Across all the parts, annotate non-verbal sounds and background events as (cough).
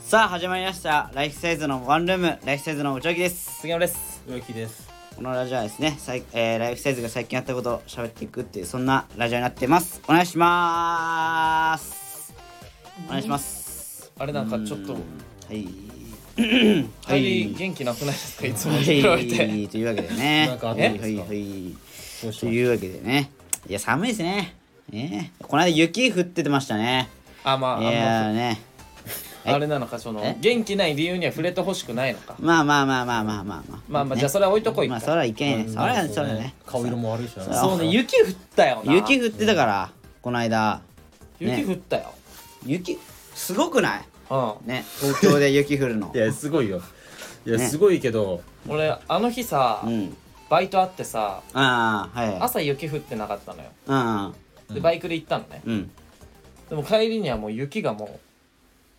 さあ始まりましたライフサイズのワンルームライフサイズのおちょきです杉山です。植木です。このラジオはですね、さいえーライフサイズが最近やったことを喋っていくっていうそんなラジオになってますお願いしますお願いしますあれなんかちょっと、はいははいい、元気なくないですか、いつもはに比べて。いというわけでねなんかあはっいはいたんですかはいどうしとまいうわけでねいや寒いですねねこの間雪降っててましたねあ、まあ、あいんまやーねあれなのか、そえの、元気ない理由には触れてほしくないのか。まあまあまあまあまあまあまあまあまあ、ねじゃあそれは置いとこい。まあそれはいけんねそれはそれはね顔色も悪いしなそうそうね、雪降ったよな。雪降ってたからこの間ね雪降ったよ。雪すごくないうん。ね東京で雪降る (laughs) のいやすごいよいやねすごいけど、俺、あの日さう、んバイトあってさ、ああはい朝雪降ってなかったのよ。うで、んバイクで行ったのね。うんでも帰りにはもう雪がもう、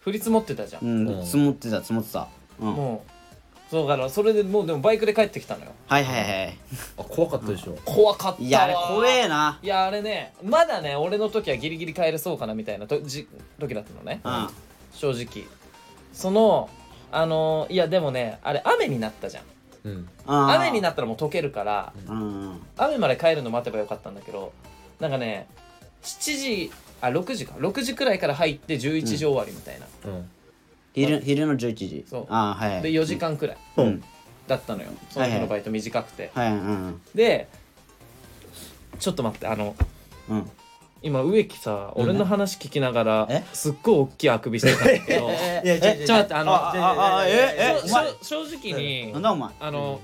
降り積もってたじゃ。うんん、ううん、ん積もってた積もってたうんはいもう、そうだから、それでもう、でもバイクで帰ってきたのよ。はいはいあ怖かったでしょ、怖かったわーいやあれ怖えないやあれねまだね俺の時はギリギリ帰れそうかなみたいなとじ時だったのねうん正直そのあのーいやでもねあれ雨になったじゃんうん、雨になっったらもう溶けるからうん雨まで帰るの待てばよかったんだけどなんかね7時あ6時か6時くらいから入って11時終わりみたいな、うん、昼昼の11時そうああはいで4時間くらいうんだったのよその日のバイト短くてはいうんでちょっと待ってあのうん今植木さ俺の話聞きながらえすっごい大きいあくびしてたんだ (laughs) けどいやちょっと待ってあのああええしょ正直になんだお前あの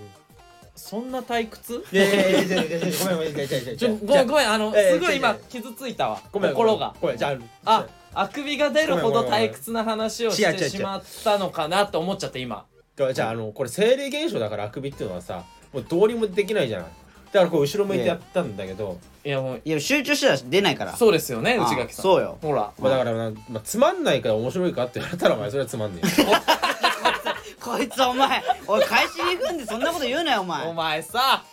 そんな退屈いやいやいやいやいやごめんごめんいやいやいやいちやょごめんごめんあのいやいやすごい違今う違う傷ついたわごめん心がごめんじゃあああくびが出るほど退屈な話をし違う違う違てうしまったのかなと思っちゃって今じゃあじゃああのこれ生理現象だからあくびっていうのはさもうどうにもできないじゃないだからこう後ろ向いてやったんだけど、いやもういや集中したら出ないからそうですよね内垣さあんそうよほらまあ、だからな、まあ、つまんないから面白いかって言われたらお前それはつまんねえよこいつお前俺返しに行くんでそんなこと言うなよお前お前さ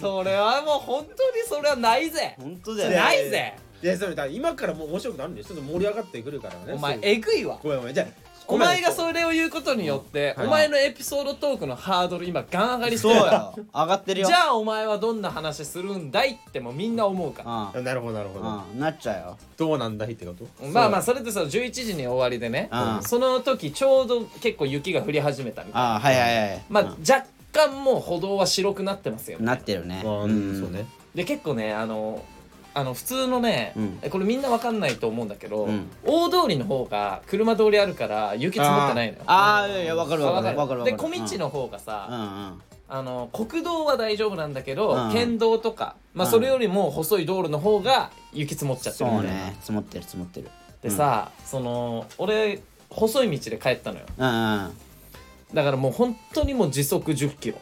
それはもう本当にそれはないぜ本当 (laughs) だよないいぜいやそれだから今からもう面白くなるんでちょっと盛り上がってくるからねお前そうえぐいわごめんごめんじゃあお前がうそれを言うことによって、うんはいお前のエピソードトークのハードル今ガン上がりしてそうるよか (laughs) 上がってるらよじゃあお前はどんな話するんだいってもみんな思うからあなるほどなるほど、うんなっちゃうよどうなんだいってことまあまあそれでさ11時に終わりでね、うんその時ちょうど結構雪が降り始めたみたいなあはいはいはいまあ、うん若干もう歩道は白くなってますよなってるねまあ、んそうねで結構ねあのあの普通のね、うんこれみんなわかんないと思うんだけど、うん大通りの方が車通りあるから雪積もってないのよああいやいやわかるわわかるわかるわかでる小道のの方がさ、うんうんあの国道は大丈夫なんだけど、うん県道とか、まあ、うんそれよりも細い道路の方が雪積もっちゃってそるみうたいな、ね積もってる積もってるでさ、その俺細い道で帰ったのようんうんだからもう本当にもう時速10キロ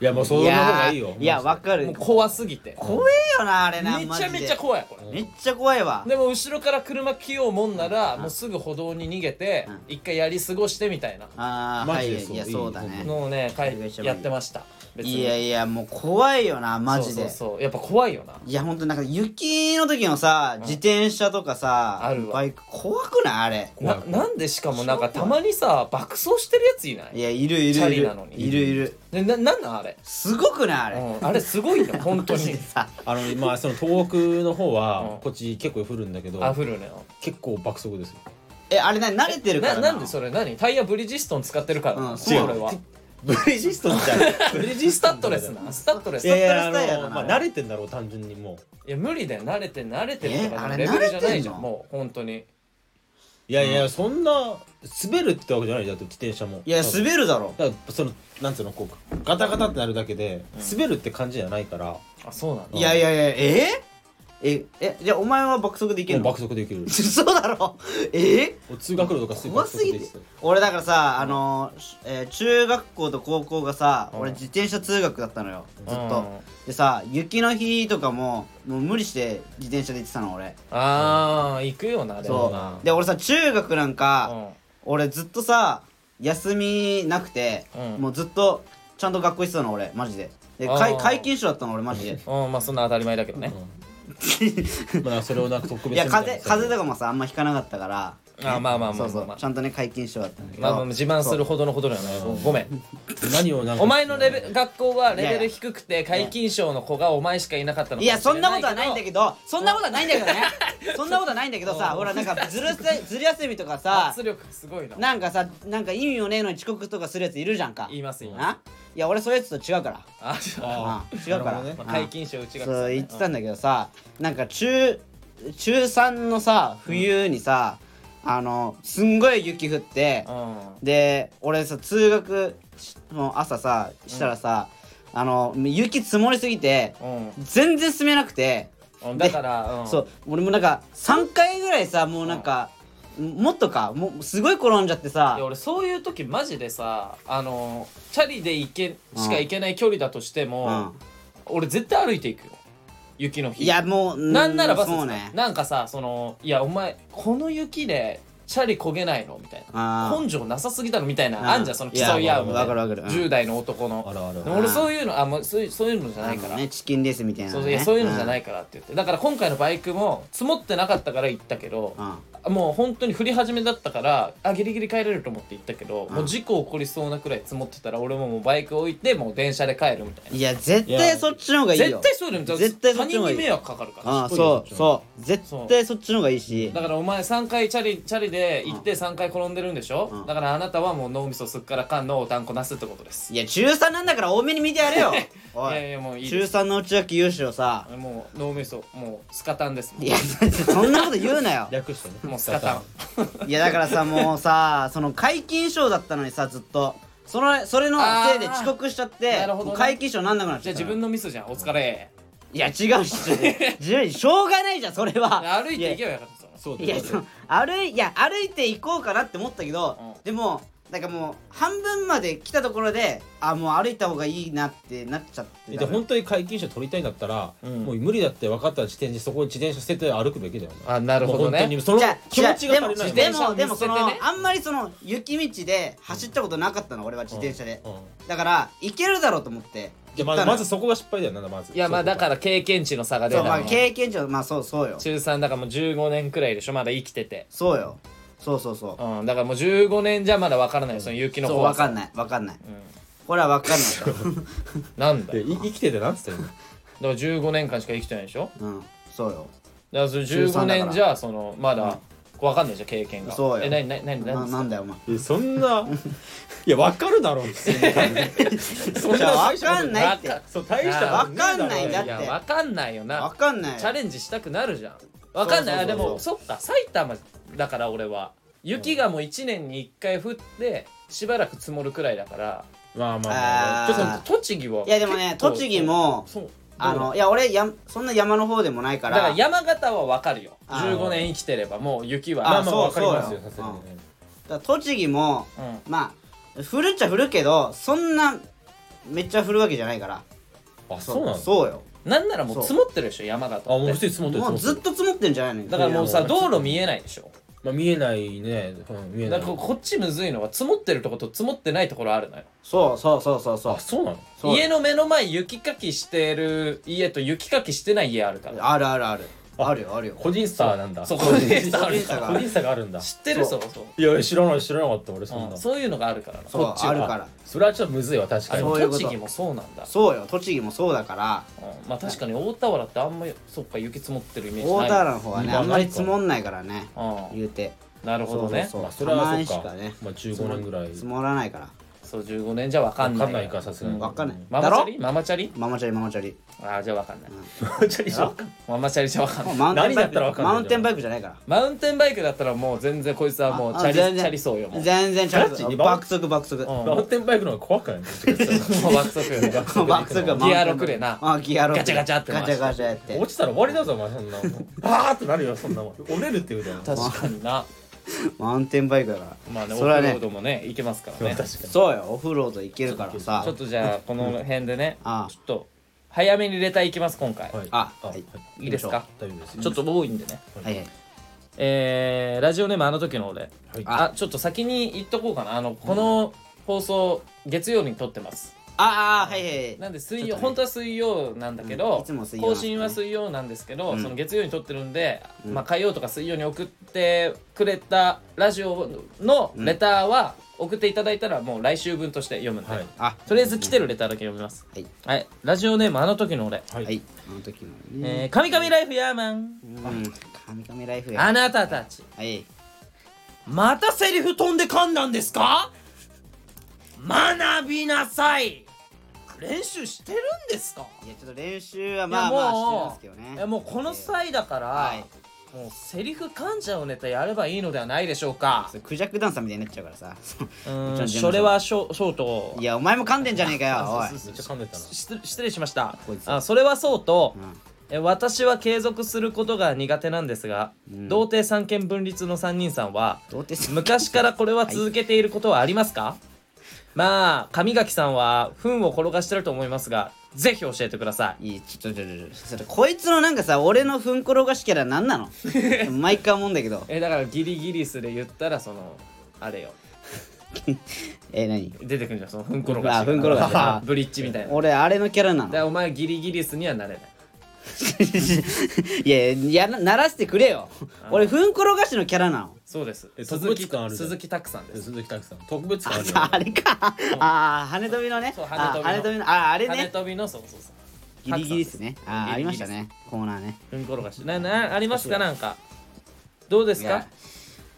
いやもうそんな方がいいよいやわかもるう怖すぎて怖えよなあれなめマちジゃでめちゃ怖いこれめっちゃ怖いわでも後ろから車来ようもんならもうすぐ歩道に逃げてうん一回やり過ごしてみたいなああはマジいでそういやいいそうだねのをねめちゃめちゃ帰無理やってました別にいやいやもう怖いよなマジでそうそうそうやっぱ怖いよないやほんとなんか雪の時のさ自転車とかさあるわバイク怖くないあれななんでしかもなんかたまにさ爆走してるやついないいやいるいチるャいリるなのにいるいるねななんなんあれすごくないああれれ,、うん、あれすご (laughs) いの本当にさあのまあその東北の方うはんこっち結構降るんだけどあふるのよ結構爆速ですよえあれな慣れてるからななんでれそれ何タイヤブリヂストン使ってるからなうんのそうそなの (laughs) れはブリヂストンじゃんブリスタッドレスなスタッドレスいいややいやあスタッドレスタイヤだなのまあ慣れてんだろう単純にもう無理だよ慣れて慣れてるとえあかれのレベルじゃない慣れてじゃんのんもう本当にいやいやそんな滑るってわけじゃないだって自転車もいや多分滑るだろだからそのなんつうのこうガタガタってなるだけで滑るって感じじゃないからもあそうなのいやいやいやえええじゃあお前は爆速でいけるうの (laughs) 爆速できるそうだろえもう通学路とかすぐ怖爆す速ぎでてきる俺だからさあのーしえー中学校と高校がさうん俺自転車通学だったのよずっうとんでさ雪の日とかももう無理して自転車で行ってたの俺ああ行くよなでもそなうで俺さ中学なんか、うん俺ずっとさ休みなくて、うんもうずっとちゃんと学校行ってたの俺マジでであー解解禁書だったの俺マジ (laughs) でうんまあそんな当たり前だけどねうんまあそれをなんか特別いみやたな風風とかもさあんま引かなかったからあまあまあまあまあまあそうそうちゃんとね解禁しようだったんだけどまあまあ自慢するほどのことではないそうごめん何をなんかお前のレベ学校はレベいやいルや低くて皆勤賞の子がお前しかいなかったのいやそんなことはないんだどけどそんなことはないんだけどね (laughs) そんなことはないんだけどさほらなんかず (laughs) るせずる休みとかさ圧力すごいななんかさなんか意味もねえのに遅刻とかするやついるじゃんか言います言いますないや俺そういうやつと違うからあそうあああ違うから、なるほどねまああ皆勤賞うちがそう言ってたんだけどさなんか中中3のさ冬にさ、あのすんごい雪降って、うんで俺さ通学しの朝さしたらさ、あの雪積もりすぎてう全然進めなくて、ん、だから、うん、そう俺もなんか3回ぐらいさもうなんか、もっとかもうすごい転んじゃってさいや俺そういう時マジでさあのチャリで行けしか行けない距離だとしても、うん俺絶対歩いていくよ雪の日いやもううなんならバスそ使うう、ねなんかさそのいやお前この雪でチャリ焦げないのみたいあなー根性なさすぎだろみたいな、うんあんじゃんその競い合うみたわいかるな、わかるうん10代の男のあるあるでも俺そういうのあもうそういうそういうのじゃあないから、のねチキンレースみたいな、ね、、そういやそういうのじゃないいからって言ってだから今回のバイクも積もってなかったから行ったけど、うんもう本当に降り始めだったからあギリギリ帰れると思って行ったけど、うんもう事故起こりそうなくらい積もってたら俺ももうバイク置いてもう電車で帰るみたいないや絶い対やそっちの方がいいよ絶対そうだよだって絶対そっちの方が他いい人に迷惑かかるからああしっぽいよそうそう絶対そっちの方がいいしだからお前3回チャリチャリで行って3回転んでるんでしょ、うんだからあなたはもう脳みそすっからかんのおたんこなすってことですいや中3なんだから多めに見てや (laughs) れよいおやいいやもういい中です3の内訳優勝さもう脳みそもうスカタンですもんいやそんなこと言うな (laughs) よ略してねもうスカタンいやだからさもうさその皆勤賞だったのにさずっとそのそれのせいで遅刻しちゃってあーなるほどねもう皆勤賞なんなくなっじちゃゃあった自分のミスじゃんお疲れいや違うし (laughs) 違うしょうがないじゃんそれは歩いて行けばよかったその (laughs) そうだいよやその歩いいや歩いて行こうかなって思ったけど、うんでもなんかもう半分まで来たところであもう歩いた方がいいなってなっちゃってで本当に皆勤賞取りたいんだったら、うんもう無理だって分かったら自転車そこに自転車捨てて歩くべきだよねあなるほどねもう本当にそのじゃあ気持ちがじゃあ足りないで自転車もをでもその、見せてねあんまりその雪道で走ったことなかったの俺は自転車で、うんうんだから行けるだろうと思ってじゃあ行っまたずのまずそこが失敗だよなまずいやまあだから経験値の差が出そたう、まのあ、経験上まあそうそうよ中3だからもう15年くらいでしょまだ生きててそうよそうそうそううんだからもう15年じゃまだ分からないよその雪のそう怖わさかんないわかんないうんこれはわかんないからなんだでよい生きててなんつってんのだから15年間しか生きてないでしょうんそうよだからその中15三だから年じゃそのまだ分かんないじゃん経験がそうよえなになになになななんだよお前えそんないや分かるだろう (laughs) 普通にそじゃあわかんないってわかそう大したわかんないんだっいてや分かんないよわなかんないチャよレンジしたくなるじゃん分かんないあそでうそうそうそうもそっか埼玉だから俺は雪がもう1年に1回降ってしばらく積もるくらいだからまあまあまああちーょっと栃木はいやでもね結構栃木もそうあのいや俺やんそんな山の方でもないかだからら山形は分かるよあー15年生きてればもう雪まあはあまあそうわかりますよそうさすがにねだから栃木もうんまあ降るっちゃ降るけどそんなめっちゃ降るわけじゃないからあそうなのそうよなんならもう積もってるでしょ山形あもうっ普て通に積もってるもうずっと積もってんじゃないのよだからもういさやもう道路見えないでしょまあ見えないねうん見えだないからこっちむずいのは積もってるとこと積もってないところあるのよそうそうそうそうそうあそうなのそう家の目の前雪かきしてる家と雪かきしてない家あるからあるあるあるあるよあるよ個人差なんだそう個人差個あ人る差かがら個人差があるんだ知ってるそうそういや知らない知らなかった俺そんうなんそういうのがあるからなそうこっちはあるからそれはちょっとむずいわ確あかでにそもういうこと栃木もそうなんだそうよ栃木もそうだからうんまあ確かに大田原ってあんまりそっか雪積もってるイメージな大い田原の方はねまああんまり積もんないからねうん言うてなるほどねそうまあそれはそたっまかにしかねまあ15年ぐらい積もらないからそう15年じゃ分かんないわかんないかさすがにうんわかんないマだマチろャリママチャリママチャリママチャリああじゃあ分かんないちょいちょいママチャリじゃ分かんないマウンテンバイ何だっクたらわかんないマじゃんウンテンバイクじゃないからマウンテンバイクだったらもう全然こいつはもうチャリチ全然ャリそうよもう全然チャガリチそうリバウン爆速爆速うんマウンテンバイクの方が怖くないもう爆 (laughs) 速よね爆速ギア6でなあギア6ガチャガチャって回ガしてチャガチャやって落ちたら終わりだぞお前そんなもんバーってなるよそんなもん折れるって言うだよ確かになマウンテンバイクだからまあねオそフれロはねードもね行けますからねち確かにそうよオフロード行けるからさょっとじゃあこの辺でねちあょあっと早めにレター行きます今回はいああはいいいですか大丈夫ですちょっと多いんでねはいはいえーラジオネームあの時の俺はいあちょっと先に言っとこうかなあのこの放送月曜日に撮ってますああはいはいなんで水ちょ曜、っとね本当は水曜なんだけうんどいつも水曜なん更ですね新は水曜なんですけど、うんその月曜に撮ってるんで、うんまあ、火曜とか水曜に送ってくれたラジオのレターは送っていただいたらもう来週分として読むんで、はいあとりあえず来てるレターだけ読みます、はいはい、ラジオネームあの時の俺ははいあの時の「ねえー、神々ライフヤーマンうんカミカミライフやあなたたちはいまたセリフ飛んで噛んだんですか学びなさい練習してるんですかいやちょっと練習はまあまあしてるんですけどねいやもうこの際だから、はいもうセリフ噛んじゃうネタやればいいのではないでしょうかそうクジャクダンサーみたいになっちゃうからさうーちょんちょそれはショショートいやお前も噛んでんじゃねえかよめっちゃ噛んでたな失礼失礼しましたこいつあそれはそうと、おい、え私は継続することが苦手なんですが、うん童貞三権分立の三人さんはうん、童貞さん昔からこれは続けていることはありますか、まあ上垣さんは糞を転がしてると思いますがぜひ教えてくださいいいちょっとちょっとちょっとこいつのなんかさ俺のふんころがしキャラ何 (laughs) なの毎回思うんだけどえだからギリギリスで言ったらそのあれよえ何出てくるじゃんそのふんころがしあふんころがしあブリッジみたいなだか俺あれのキャラなの (laughs) らお前ギリギリスにはなれないいやいやなならしてくれよ俺ふんころがしのキャラなのそうですえ特鈴別木感あるじゃん鈴木拓さんです鈴木拓さん特別感ああるよさあれかああ羽飛びのねそうあ羽羽飛飛びびののああれ羽ね飛びのそうそうそうギリギリですねあーあギりリまギリしたですねコーナーねふんころがしななありますかなんかどうですいかや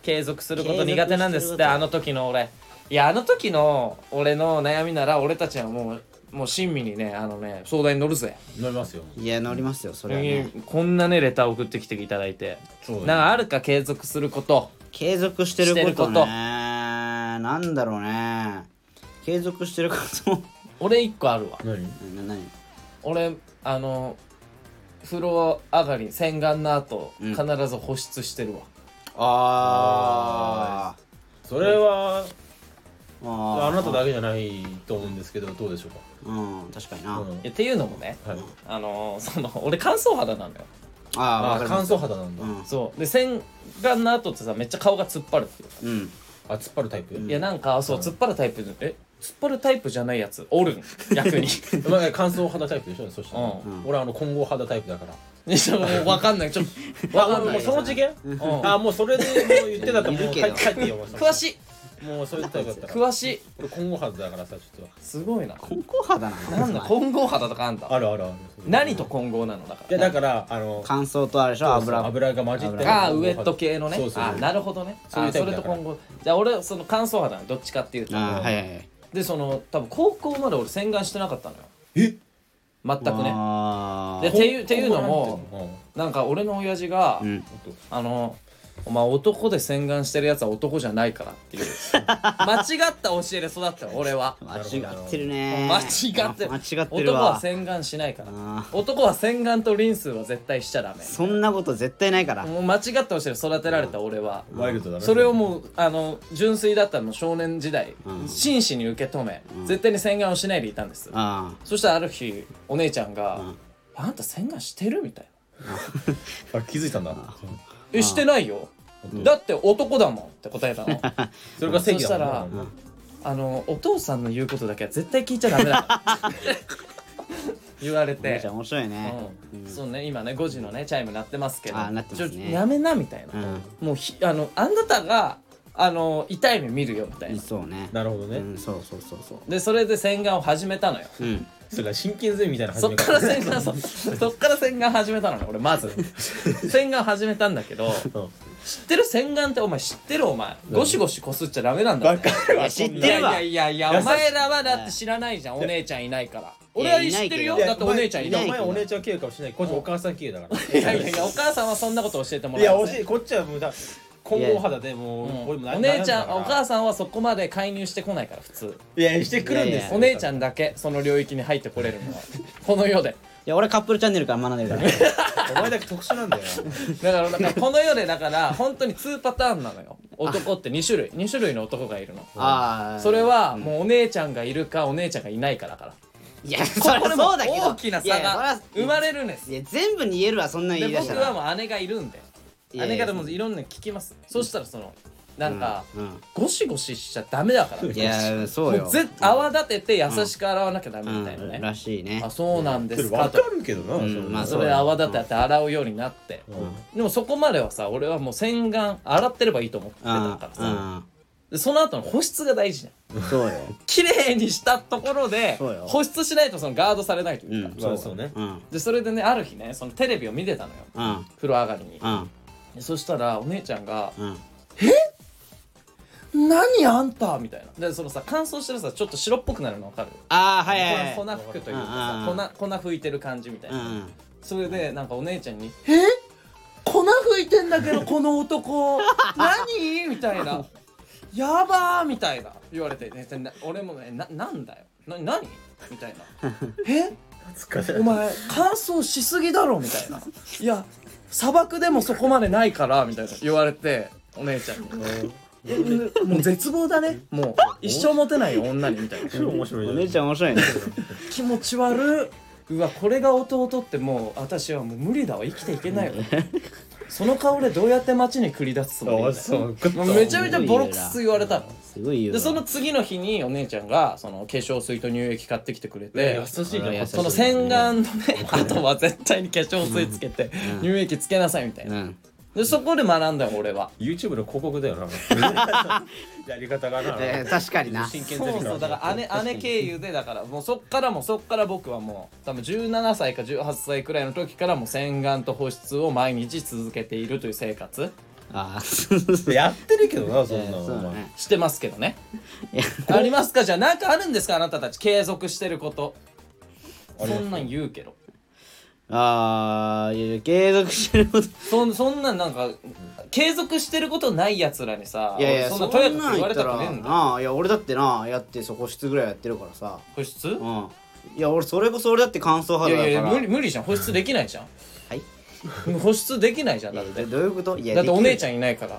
継続すること苦手なんで継す続っすてることあの時の俺いやあの時の俺の悩みなら俺たちはもうもう親身にねあのね相談に乗るぜ、乗りますよいや乗りますよそれはねこんなねレター送ってきていただいてそうなだねんかあるか継続すること継続してることしてねることなんだろうね継続してること (laughs) 俺一個あるわ何な何俺あの風呂上がり洗顔の後、うん必ず保湿してるわあーそれはああなただだけじゃないと思うんですけどどうでしょううん確かにな、か、あうんいやっていうのもねはい、あのその俺乾燥肌なのよあわあかりま乾す燥肌なんだ、うんそうで洗顔の後ってさめっちゃ顔が突っ張るっていうかうんあ突っ張るタイプ、いやなんかそう突っ張るタイプじゃえ突っ張るタイプじゃないやつおるん逆 (laughs) にまあ、乾燥肌タイプでしょそしたら、うん俺あの混合肌タイプだからいやもう分かんないちょっと (laughs) わかんもなういその次元んあもうそれでもう言ってたからいるもう帰けっどて帰ってよもう詳しもうそういうタイプだっいたから詳しい俺混合肌だからさちょっすごいな混合肌なのなんだ混合肌とかあんとだあるあるある何と混合なのだかいらやだからあの乾燥とあれでしょ油油が混じってるああウエット系のねそうそうあなるほどねそういうあタイそプれとだから今後じゃあ俺その乾燥肌なのどっちかっていうとあーはいはいはいでその多分高校まで俺洗顔してなかったのよえ全くねあーでっていうっていうのも混合肌なんてなんか俺の親父が、うんあのお前男で洗顔してるやつは男じゃないからって (laughs) いう間違った教えで育ったよ俺は間違ってるね間違ってる間違ってる男はわ洗顔しないからあ男は洗顔とリンスは絶対しちゃダメそんなこと絶対ないからもう間違った教えで育てられた俺はうんワイルドだねそれをもうあの純粋だったの少年時代、うん真摯に受け止め、絶対に洗顔をしないでいたんです、あそしたらある日お姉ちゃんが「んあんた洗顔してる?」みたいなあ気づいたんだ「えしてないようんだって男だもん」って答えたの (laughs) それが正義だもんそあのお父さんの言うことだけは絶対聞いちゃダメだ (laughs) 言われあてじゃあ面白いねうんそうね今ね5時のねチャイム鳴ってますけどあ鳴ってますねちょやめなみたいな、うもうひあのあなたがあの痛い目見るよみたいんなそうねなるほどね、うんそうそうそうそうでそれで洗顔を始めたのようんそれが真剣ゼミみたいな始そっめから方洗顔そうそっから洗顔始めたのね俺まず洗顔始めたんだけどうん知ってる洗顔ってお前知ってるお前ゴシゴシこすっちゃダメなんだわってかるいわや知っているやいわやいやいやお前らはだって知らないじゃんお姉ちゃんいないからい俺やは知ってるよいないけどだってお姉ちゃんいやないやいおや前お姉ちゃん経由かもしれないこっちお母さん経由だからいやいやお母さんはそんなこと教えてもいらやう惜しいこっちはもうだ混合肌でもうう俺んもお姉ちゃ悩んおだから母さんはそこまで介入してこないから普通いやしてくるんいやでいすやお姉ちゃんんだけその領域に入ってこれるのはこの世でいや俺カップルチャンネルから学んでるからお前だけ特 (laughs) 殊なんだよだからだからこの世で (laughs) だから本当に2パターンなのよ男って2種類2種類の男がいるのああそれはもうお姉ちゃんがいるかお姉ちゃんがいないかだからいやそりゃこれもそうだけど大きな差いやいやがそり生ゃまれるんですいや全部に言えるわそんなんで言い出した僕らはもう姉がいるんでいやい姉やがでもいろんなの聞きますそしたらそのなんか、うんゴシゴシしちゃダメだからいやそうよもうぜ泡立てて優しく洗わなきゃダメみたいなうんね、らしいねあそうなんでそれすわかかとるけどな、うんれまあそそうれだよ泡立てて洗うようになって、うんでもそこまではさ俺はもう洗顔洗ってればいいと思ってたからさ、あでその後の保湿が大事じゃんうんそうよ綺麗にしたところでそうよ保湿しないとそのガードされないというか、うんそうそうねうんうんでそれでねある日ねそのテレビを見てたのようん風呂上がりにうんでそしたらお姉ちゃんがうん「何あんた」みたいなでそのさ乾燥してるさちょっと白っぽくなるの分かるああはいはいはい粉粉吹くというかうさんう粉ん粉吹いてる感じみたいうな、んそれでなんかお姉ちゃんに「え粉吹いてんだけど (laughs) この男何?」みたいな「やばー」みたいな言われて、ね、でな俺もねななんだよな何みたいな「えお前乾燥しすぎだろ」みたいな「いや砂漠でもそこまでないから」みたいな言われてお姉ちゃんに「えもう絶望だねもう一生モテないよ女に」みたいな超面白いおじゃん姉ちゃん面白いね気持ち悪うわこれが弟ってもう私はもう無理だわ生きていけないわその顔でどうやって街に繰り出すつもりあみたいなそうグッともうめちゃめちゃボロクス言われたのすごいよでその次の日にお姉ちゃんがその化粧水と乳液買ってきてくれて優しいじいゃやんその洗顔のねあとは絶対に化粧水つけてうん乳液つけなさいみたいうなんでそこで学んだよ俺は YouTube の広告だよ (laughs) なやり方がなえー確かにな真剣ゼそミうそうだから姉姉経由でだからもうそっからもうそっから僕はもう多分17歳か18歳くらいの時からもう洗顔と保湿を毎日続けているという生活あーやってるけどなそんなえーそうのだお前ねしてますけどねいやありますかじゃあなんかあるんですかあなたたち継続してることそありますんなん言うけどあーいや継続してることそそんなんなんか継続してることないやつらにさいやいや俺そそんんななとやかく言言わわれれたたらくねえんだよなあいや俺だってなやってそこ質ぐらいやってるからさ保湿うんいや俺それこそ俺だって乾燥い肌だかやらいや無理無理じゃん保湿できないじゃんはい保湿できないじゃんだっえてどういうこといやだってお姉ちゃんゃんいないから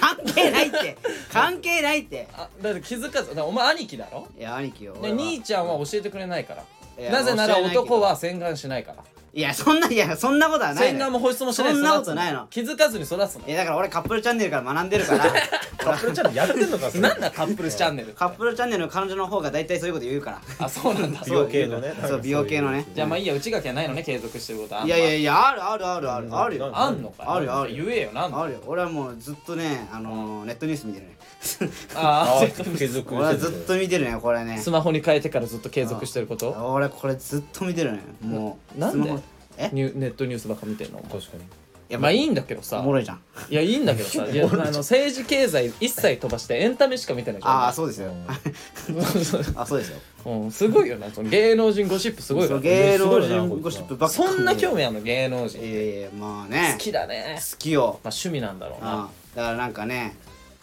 関係ないって関係ないってあだって気づかずだからお前兄貴だろいや兄貴よで俺は兄ちゃんは教えてくれないからいやなぜなら教えないけど男は洗顔しないからいやそんないやそんなことはない洗の顔よも保湿もしないそんなことないの気づかずに育つのいやだから俺カップルチャンネルから学んで (laughs) るからカップルチャンネルやってんのかそれなんだカップルチャンネルってカップルチャンネルの彼女の方が大体そういうこと言うからあそうなんだ美容系のねそう美容系のねじゃあまあいいや内垣はないのね継続してることあんいのやいやいやあるあるあるあるあるよあんのかあるよあるよ言えよなんだあるよ俺はもうずっとねあのーネットニュース見て (laughs) るねああーー継続俺はずっと見てるねこれねスマホに変えてからずっと継続してること俺これずっと見てるねもうなんでスマホえニュネットニュースばっか見てんの確かにやまあいいいんだけどさおもろいじゃんいやいいんだけどさ (laughs) いやあの政治経済一切飛ばしてエンタメしか見てないじゃんああそうです (laughs) よあそうですようん、すごいよなその芸能人ゴシップすごいそような芸能すごいなこい人つゴシップばっかそんな興味あるの芸能人いやいやまあね好きだね好きよまあ趣味なんだろうあだなからなんかね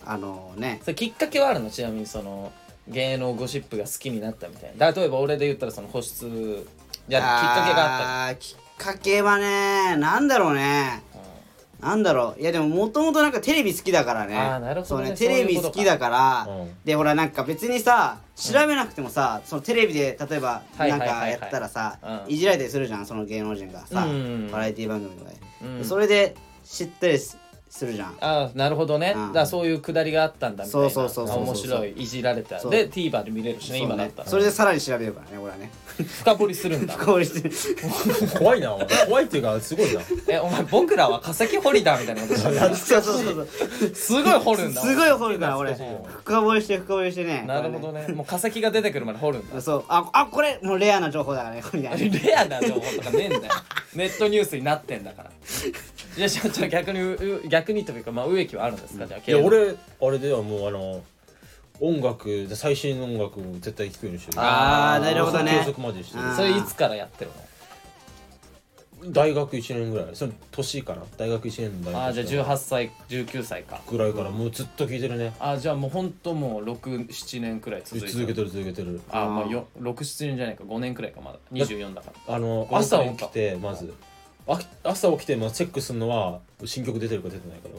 あのねそれきっかけはあるのちなみにその芸能ゴシップが好きになったみたいな例えば俺で言ったらその保湿やるきっかけがあっあたりーきっかけはねなんだろうねなんだろういやでももともとなんかテレビ好きだからねあーなるほどねそうねテレビ好きだからそういうことかでほらなんか別にさ調べなくてもさ、そのテレビで例えばはいなはいんはいはかいやったらさ、うんいじられたりするじゃんその芸能人がさ、うんバラエティ番組とかで,で、うんそれで知ったりすするじゃんああなるほどね、うんだからそういうくだりがあったんだみたいなそうそうそうそうあ面白いいじられたそうで TVer で見れるしねそう今だっねたらそれでさらに調べるからね俺は (laughs) ね深掘りす (laughs) るんだこうして怖いなお前怖いっていうかすごいなえお前僕らは化石掘りだみたいなことしてるそうそうそうそうすごい掘るんだすごい掘るから俺懐かしい深掘りして深掘りしてねなるほどねもう化石が出てくるまで掘るんだそうああこれもうレアな情報だからねみたいなレアな情報とかねえんだよネットニュースになってんだからいやじゃあじゃあ逆にうう逆にというかまあ植木はあるんですか、じゃあいや俺あれではもうあの音楽で最新の音楽を絶対聴くようにしてるあーなるほどね継続までしてるあーそれいつからやってる大学1年ぐらいその年かな大学1年ののああ大じ学ゃあ18歳19歳かぐらいからもうずっと聴いてるねああじゃあもうほんともう67年くらい続いてる続けてる続けてるああまあよ67年じゃないか5年くらいかまだ24だかあの朝朝起き起きてまずあ朝起きてまずチェックするのは新曲出てるか出てないかだ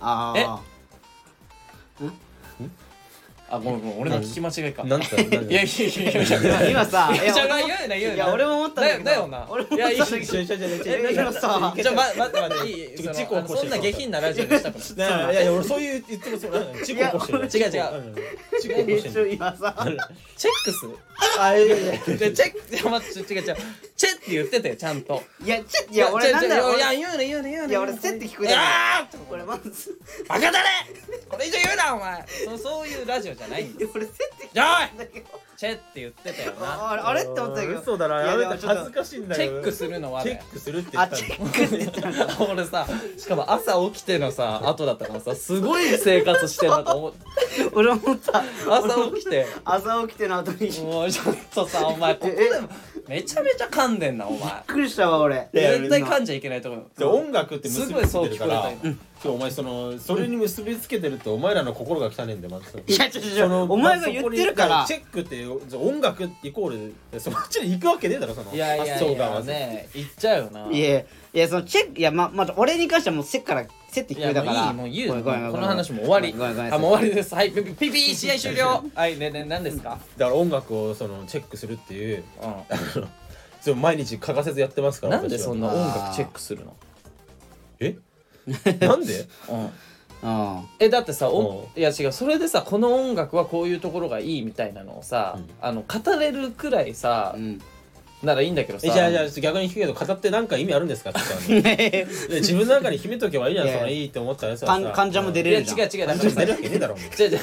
あああごめんごめん俺の聞き間違いかなんつった (laughs) のいやいやいやいや今 (laughs) さいやじゃあ言うな言うないや俺も思ったんだけどだよだよな俺も思ったんだけどいやいいちょいちょいちょいちょいえ今さじゃあ、ま、待って待っていいちそょっと事故の起こしてそんな下品なラジオにしたくないいやいやいや俺そういう言ってもそうなんか事故起こしてるいや違う事故起こして一応る今さ (laughs) チェックするあいやいやいやでチェックいや待って違う違うチェって言ってたよちゃんといやちょいや俺違うなんだ違うよいや言うな言うな言うないや俺チェって聞こえたよいやー俺まずバカだねこれ以上言うなお前そそういうラジオじゃないんだいや俺チェって聞こよえおいたんだけどチェって言ってたよなああれあれって思ったんだけど嘘だなやいやでめもてちょっと恥ずかしいんだチけェどックするのはチだェよックするって言あったチェのックって言ったんだ俺さしかも朝起きてのさ後だったからさすごい生活してるなと思う俺思った朝起きて朝起きての後にびっもうちょっとさお前ここでもめちゃめちゃ噛んでんなお前くりしたわ俺いやいや絶対噛んじゃいけないと思うで音楽って結びつけてるかすらごいそう聞こえた今日お前そのそれに結びつけてるとお前らの心が汚ねえんだよまずいやちょちょちょお前が言ってるからチェックって音楽イコールそっちに行くわけねえだろそのいやいやいやはね言っちゃうよないやいやそのチェックいやままだ俺に関してはもうせっからせって聞こいえやたからもういいもう言うごめんごめんこの話もう終わりごめんごめんあもう終わりですはいピピピピ試合終了はいねね何ですかだから音楽をそのチェックするっていう (laughs) うそれ毎日欠かせずやってますかんらなんでそんなな音楽チェックするのえなんでうんうんえだってさおういや違うそれでさこの音楽はこういうところがいいみたいなのをさうんあの語れるくらいさうんならいいんだけどさえじゃあじゃあ逆に聞くけど語ってなんか意味あるんですかって言ったので自分の中に秘めとけばいいじゃんいやいそやのいいと思ったやつは患さ患者も出いれやる違うじゃん違うだか患者らも出るわけねえだろお前じゃじゃ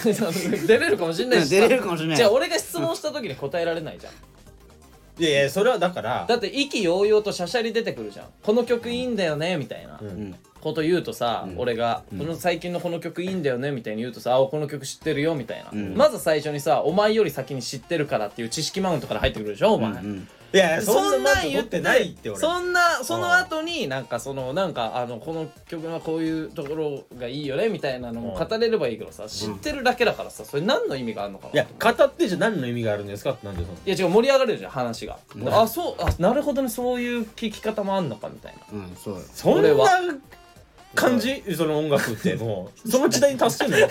出れるかもしれないしさうん出れるかもしれないじゃあ俺が質問した時に答えられないじゃん (laughs) いやいやそれはだからだって意気揚々としゃしゃり出てくるじゃんこの曲いいんだよねみたいなうんうんこと言うとさ、うん俺が、この最近のこの曲いいんだよねみたいに言うとさ「あこの曲知ってるよ」みたいな、んまず最初にさ「お前より先に知ってるから」っていう知識マウントから入ってくるでしょお前、うんいやいやそそんんななマウんント言取っっててないって俺そんなその後になんかそのなんかあのこの曲はこういうところがいいよねみたいなのも語れればいいけどさ知ってるだけだからさそれ何の意味があるのかないや語ってじゃ何の意味があるんですかってなんでそのいや違う盛り上がれるじゃん話が、あそうあなるほどねそういう聞き方もあんのかみたいなうんそうよそん俺なは感じその音楽ってもう (laughs) その時代に達してんのよ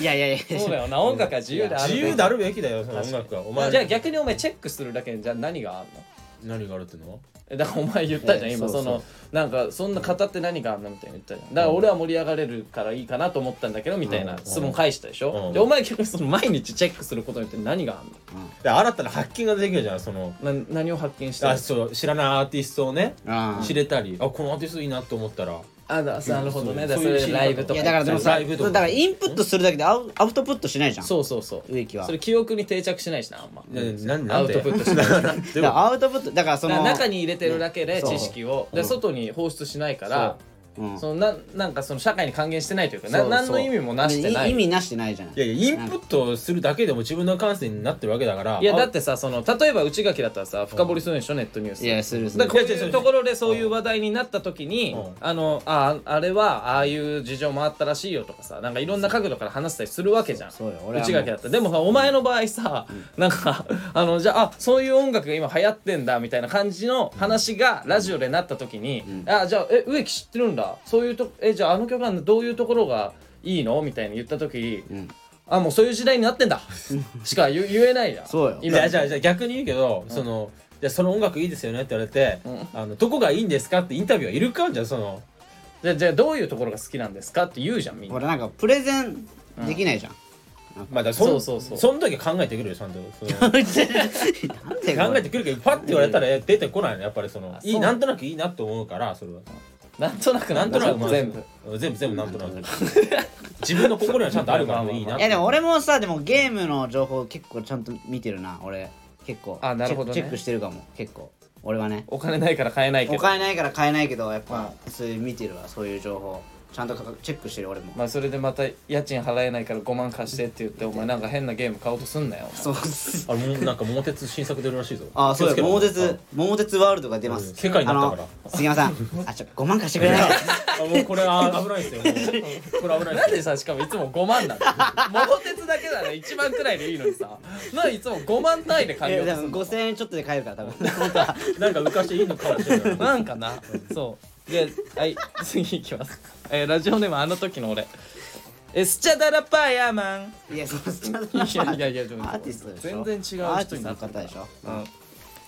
いやいやいやそうだよな音楽は自由である自由であるべきだよその音楽はお前じゃあ逆にお前チェックするだけでじゃあ何があんの何があるってのえだからお前言ったじゃんええ今そうそそのうなんかそんな語って何があんのみたいな言ったじゃんだから俺は盛り上がれるからいいかなと思ったんだけどみたいなうん質問返したでしょ、うんでお前逆にその毎日チェックすることによって何があで新たな発見ができるじゃんそのんのな何を発見したあのそう知らないアーティストをねあ知れたりあこのアーティストいいなと思ったらあだなるほどねだからそういうそれライブといやかだからでもさラだイブとかからインプットするだけでアウアウトプットしないじゃんそうそうそう植木はそれ記憶に定着しないしなあんまななんアなんウでトプットしないなんだ (laughs) でかもらアウトプットだからそだかのら中に入れてるだけでそう知識を、でうん外に放出しないからうんそのななんかその社会に還元してないというかなそう何そうの意味もなしてない意味なしてないじゃんいやいやインプットするだけでも自分の感性になってるわけだからいやだってさその例えば内垣だったらさ深掘りするでしょネットニュースいやするすだるからこういや違いうう違うところでそういう話題になった時にうんあのああれはああいう事情もあったらしいよとかさなんかいろんな角度から話したりするわけじゃんそうよ俺は内垣だったらでもさお前の場合さなんか (laughs) あのじゃああそういう音楽が今流行ってんだみたいな感じの話がラジオでなった時にあじゃあえ植木知ってるんだそういうとえじゃああの曲はどういうところがいいのみたいに言った時んあもうそういう時代に (laughs) なってんだしか言言えないじゃんそうよい今やじゃあじゃあ逆に言うけど、そのじゃあその音楽いいですよねって言われて、あのどこがいいんですかってインタビューはいるかじゃあそのじゃあじゃあどういうところが好きなんですかって言うじゃんみんな俺なんかプレゼンできないじゃんまあだからそんそうそうそうその時は考えてくるよちゃんと (laughs) その (laughs) なんで考えてくるけどパッて言われたら出てこないのやっぱりそのあそういいなんとなくいいなと思うからそれはなんとなくなんとなくまあ全部全部全部なんとなく自分の心にはちゃんとあるから (laughs) まあまあまあいいないやでも俺もさでもゲームの情報結構ちゃんと見てるな俺結構あなるほどねチェックチェックしてるかも結構俺はねお金ないから買えないけどお金ないから買えないけどやっぱそういう見てるわそういう情報ちゃんとかかチェックしてる俺もまあそれでまた家賃払えないから5万貸してって言ってお前なんか変なゲーム買おうとすんなよそうっすあもうなんか桃鉄新作出るらしいぞあそう気だを桃つけろ鉄桃鉄ワールドが出ます、うん世界になったからあの杉山さんあちょ5万貸してくれない (laughs) あもうこれあ危ないですよもうこれ危ないなんでさしかもいつも5万なんだ桃鉄だけなら1万くらいでいいのにさなんでいつも5万単位で買ええようでとすもんの5000円ちょっとで買えるから多分本当はなんか浮かしていいのかもしれないなんかなそうではい次いきますえーラジオネームあの時の俺えスチャダラパーヤーマ (laughs) ンいや、そのスチャダいやいやいやでもアーティストでしょ全然違う人にアなーってるティストの方でしょ。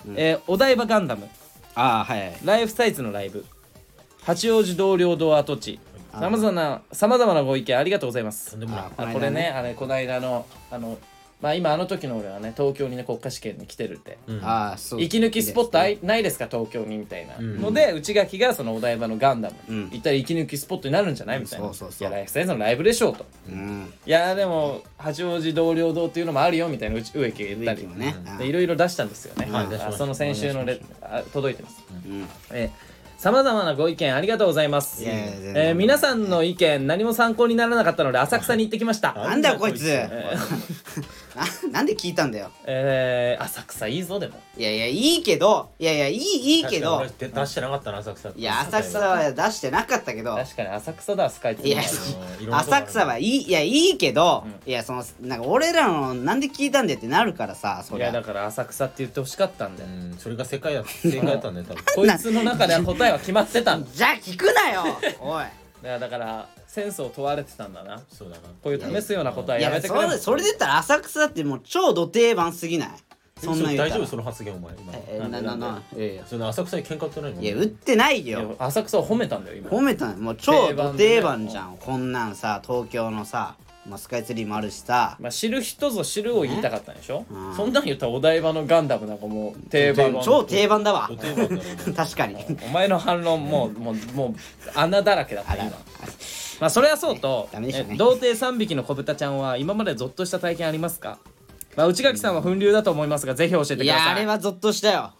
うんえーお台場ガンダムああ、はいはい。ライフサイズのライブ八王子同僚ドア跡地あーさまざまなさまざまなご意見ありがとうございますとんでもないああこれね、あれ、こないだの、あの、まあ今あの時の俺はね、東京にね、国家試験に来てるって。うんああ、そう。息抜きスポットあいいいないですか東京にみたいな、うんので内垣がそのお台場のガンダム、うん行ったら息抜きスポットになるんじゃないみたいな、うんそうそうそういやライフサイズのライブでしょうとですね。うん。いやでも八王子同僚堂っていうのもあるよみたいなうち植木が言った雰囲り気もね。ああでいろいろ出したんですよね、はあい出しましたその先週のレあ届いてますうん。さまざまなご意見ありがとうございますいやいや全然えー皆さんの意見何も参考にならなかったので浅草に行ってきましたなんだよこいつえ (laughs) ななんで聞いたんだよ。えー、浅草いいぞでもいやいや、いいけど、いやいや、いい、いいけど、確かに俺出してなかったな浅草いや、浅草は出してなかったけど、確かに浅草だスカイツリーいや、浅草はいい、いや、いいけど、いや、その、なんか俺らの、なんで聞いたんだよってなるからさ、そいりゃやだから浅草って言ってほしかったんだうよ、んそれが世界だ正解だったん (laughs) だよ多分こいつの中では答えは決まってたんだじゃあ聞くなよおいいやだからセンスを問われてたんだなそうだなこういう試すような答えいややめてくそれれそれで言ったら浅草ってもう超ど定番すぎないそんなん言え大った丈ら夫その発言お前今ええななないやいやその浅草に喧嘩売ってないのいや売ってないいやよ浅草を褒めたんだよ今褒めたのもう超ど定番じゃんこんなんさ東京のさ、まあ、スカイツリーもあるしさまあ、知る人ぞ知るを言いたかったんでしょ、うんそんなん言ったらお台場のガンダムなんかもう定番定番超定番だわお定番だろ (laughs) 確かにお前の反論もうもうもう穴だらけだった今まあそれはそうと、ダメでしたねえ童貞3匹の子豚ちゃんは今までゾッとした体験ありますか、まあ、内垣さんは粉流だと思いますがぜひ教えてくださいいやあれはゾッとしたよ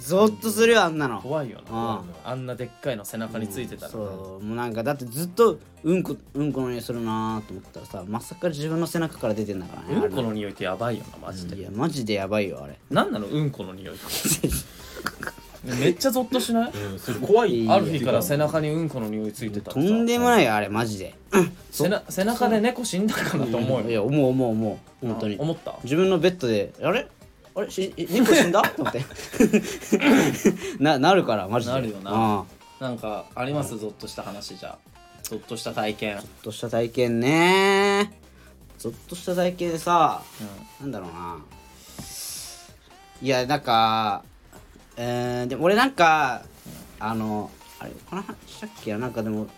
ゾッとするよあんなの怖いよなうんあんなでっかいの背中についてたら、そうもうなんかだってずっとうんこうんこの匂いするなーと思ったらさまさか自分の背中から出てんだからねうあれんこの匂いってやばいよなマジで、いやマジでやばいよあれなんなのうんこの (laughs) 匂いってめっちゃゾッとしないうんそれ怖いある日から背中にうんこの匂いついてたらとさんでもないよあれマジでうん背な背中で猫死んだかなと思うよいや思う思う思う本当にあ思った自分のベッドであれあれしえ猫死んだと思ってななるからマジでなるよなあなんかありますゾッとした話じゃゾッとした体験ゾッとした体験ねゾッとした体験でさ、なんだろうないやなんかえー、でも俺なんかあのあれこの話したっけななんかでも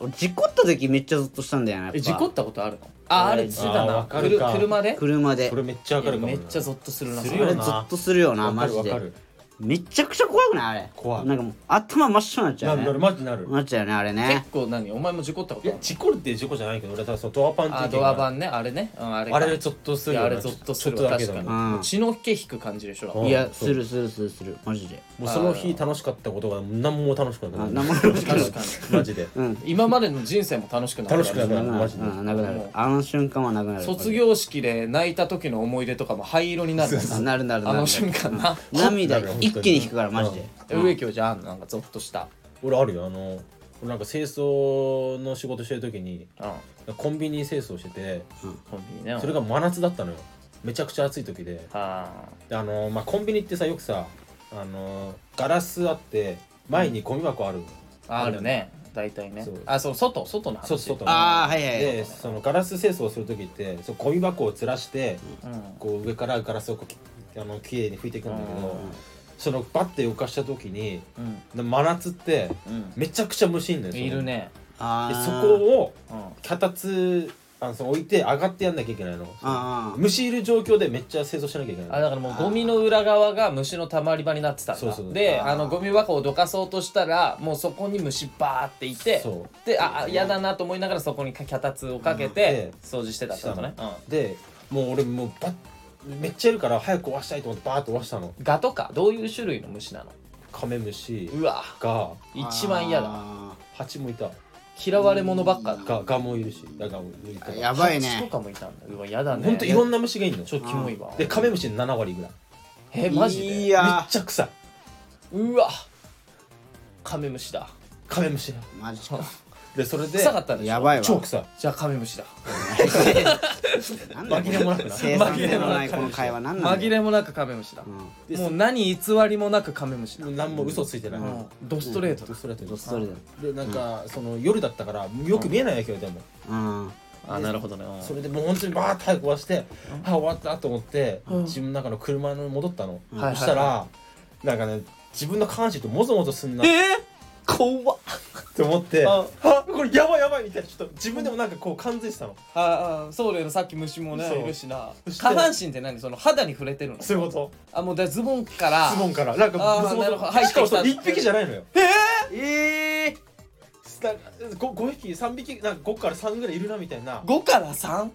俺事故った時めっちゃゾッとしたんだよなやっぱえ事故ったことあるのああるっつってたあーなわかるかくる車で車でそれめっちゃわいかやるかもめっちゃゾッとするなすそるれあよれなゾッとするよなわかマジるわかでるめちゃくちゃ怖くないあれ怖いなんかもう頭真っ白になっちゃなうるよなるねマジなるなっちゃうよねあれね結構何お前も事故ったこいとあやる事故るって事故じゃないけど俺はそのドアパンっていうあドアバンねあれねうんあれかあれゾッとすいるよやなあれゾッとするちょっわとだけ確かだねにうん血の毛引く感じでしょ構いやそすうるするするするマジでもうその日楽しかったことが何も楽しくなあく何なるも楽しくない確かにマジでうん今までの人生も楽しくなる楽しくなるうんマジでうんなくなるあの瞬間はなくなる卒業式で泣いた時の思い出とかも灰色になるあなるなるなあるの瞬間な涙一気に引くからマジで植木をじゃあなんかゾッとした俺あるよあの俺なんか清掃の仕事してる時にうんコンビニ清掃しててコンビニねそれが真夏だったのよめちゃくちゃ暑い時であであのまあコンビニってさよくさあのガラスあって前にゴミ箱あるの、ーあるね大体ねそうあそう外外の話そう外のあーはいはいはいでそのガラス清掃をする時ってそのゴミ箱をずらして、うんこう上からガラスをこうきあの綺麗に拭いていくんだけど、うんそのバッて浮かした時にうんで真夏ってうんめちゃくちゃ虫いんのよそのいるねあでーそこをうん脚立あのその置いて上がってやんなきゃいけないのあー虫いる状況でめっちゃ清掃しなきゃいけなあいだからもうゴミの裏側が虫のたまり場になってたんだそうそうでああーのゴミ箱をどかそうとしたらもうそこに虫バーっていてそでああ嫌だなと思いながらそこに脚立をかけて掃除してたってことね、うでもう俺もうバッめっちゃいるから早く終わしたいと思ってバーッと終わしたのん、ガとかどういう種類の虫なのカメムシうわが一番嫌だあハチもいた嫌われ者ばっかだガガもいるしガガもいるかーらやばい蜂とねかもいたんだうわ嫌だねほんといろんな虫がいるのちょっとキモいわでカメムシ7割ぐらいえマジでいめっやちゃ臭いうわカメムシだカメムシだマジかでそれで臭かったでしょやばいわ超臭いじゃあカメムシだなんだよ紛れもなくな生産性のないこの会話なんなんだ紛よれもなくカメムシだ、でもう何偽りもなくカメムシだ、 (laughs) 何も嘘ついてない、うんドストレートだドストレートドストレーでなんか、その夜だったからよく見えないわけよでも、うんあなるほどねうんそれでもう本当にバーッと早く壊して、あ終わったと思って、自分の中の車に戻ったの、はいそしたら、なんかね自分の下半身ともぞもぞすんなっえー、怖っって思ってあああこれやばいやばいみたいなちょっと自分でもなんかこう感づいてたのああそうだよなさっき虫もねそういるしなそして下半身って何その肌に触れてるのそういうことあもうだからズボンからズボンからなんかあーもぞもなるほどぞ入ってしかもきたそれ一匹じゃないのよええなんかご 5, 匹3匹なんか5から3ぐらいいるなみたいなー、5から 3?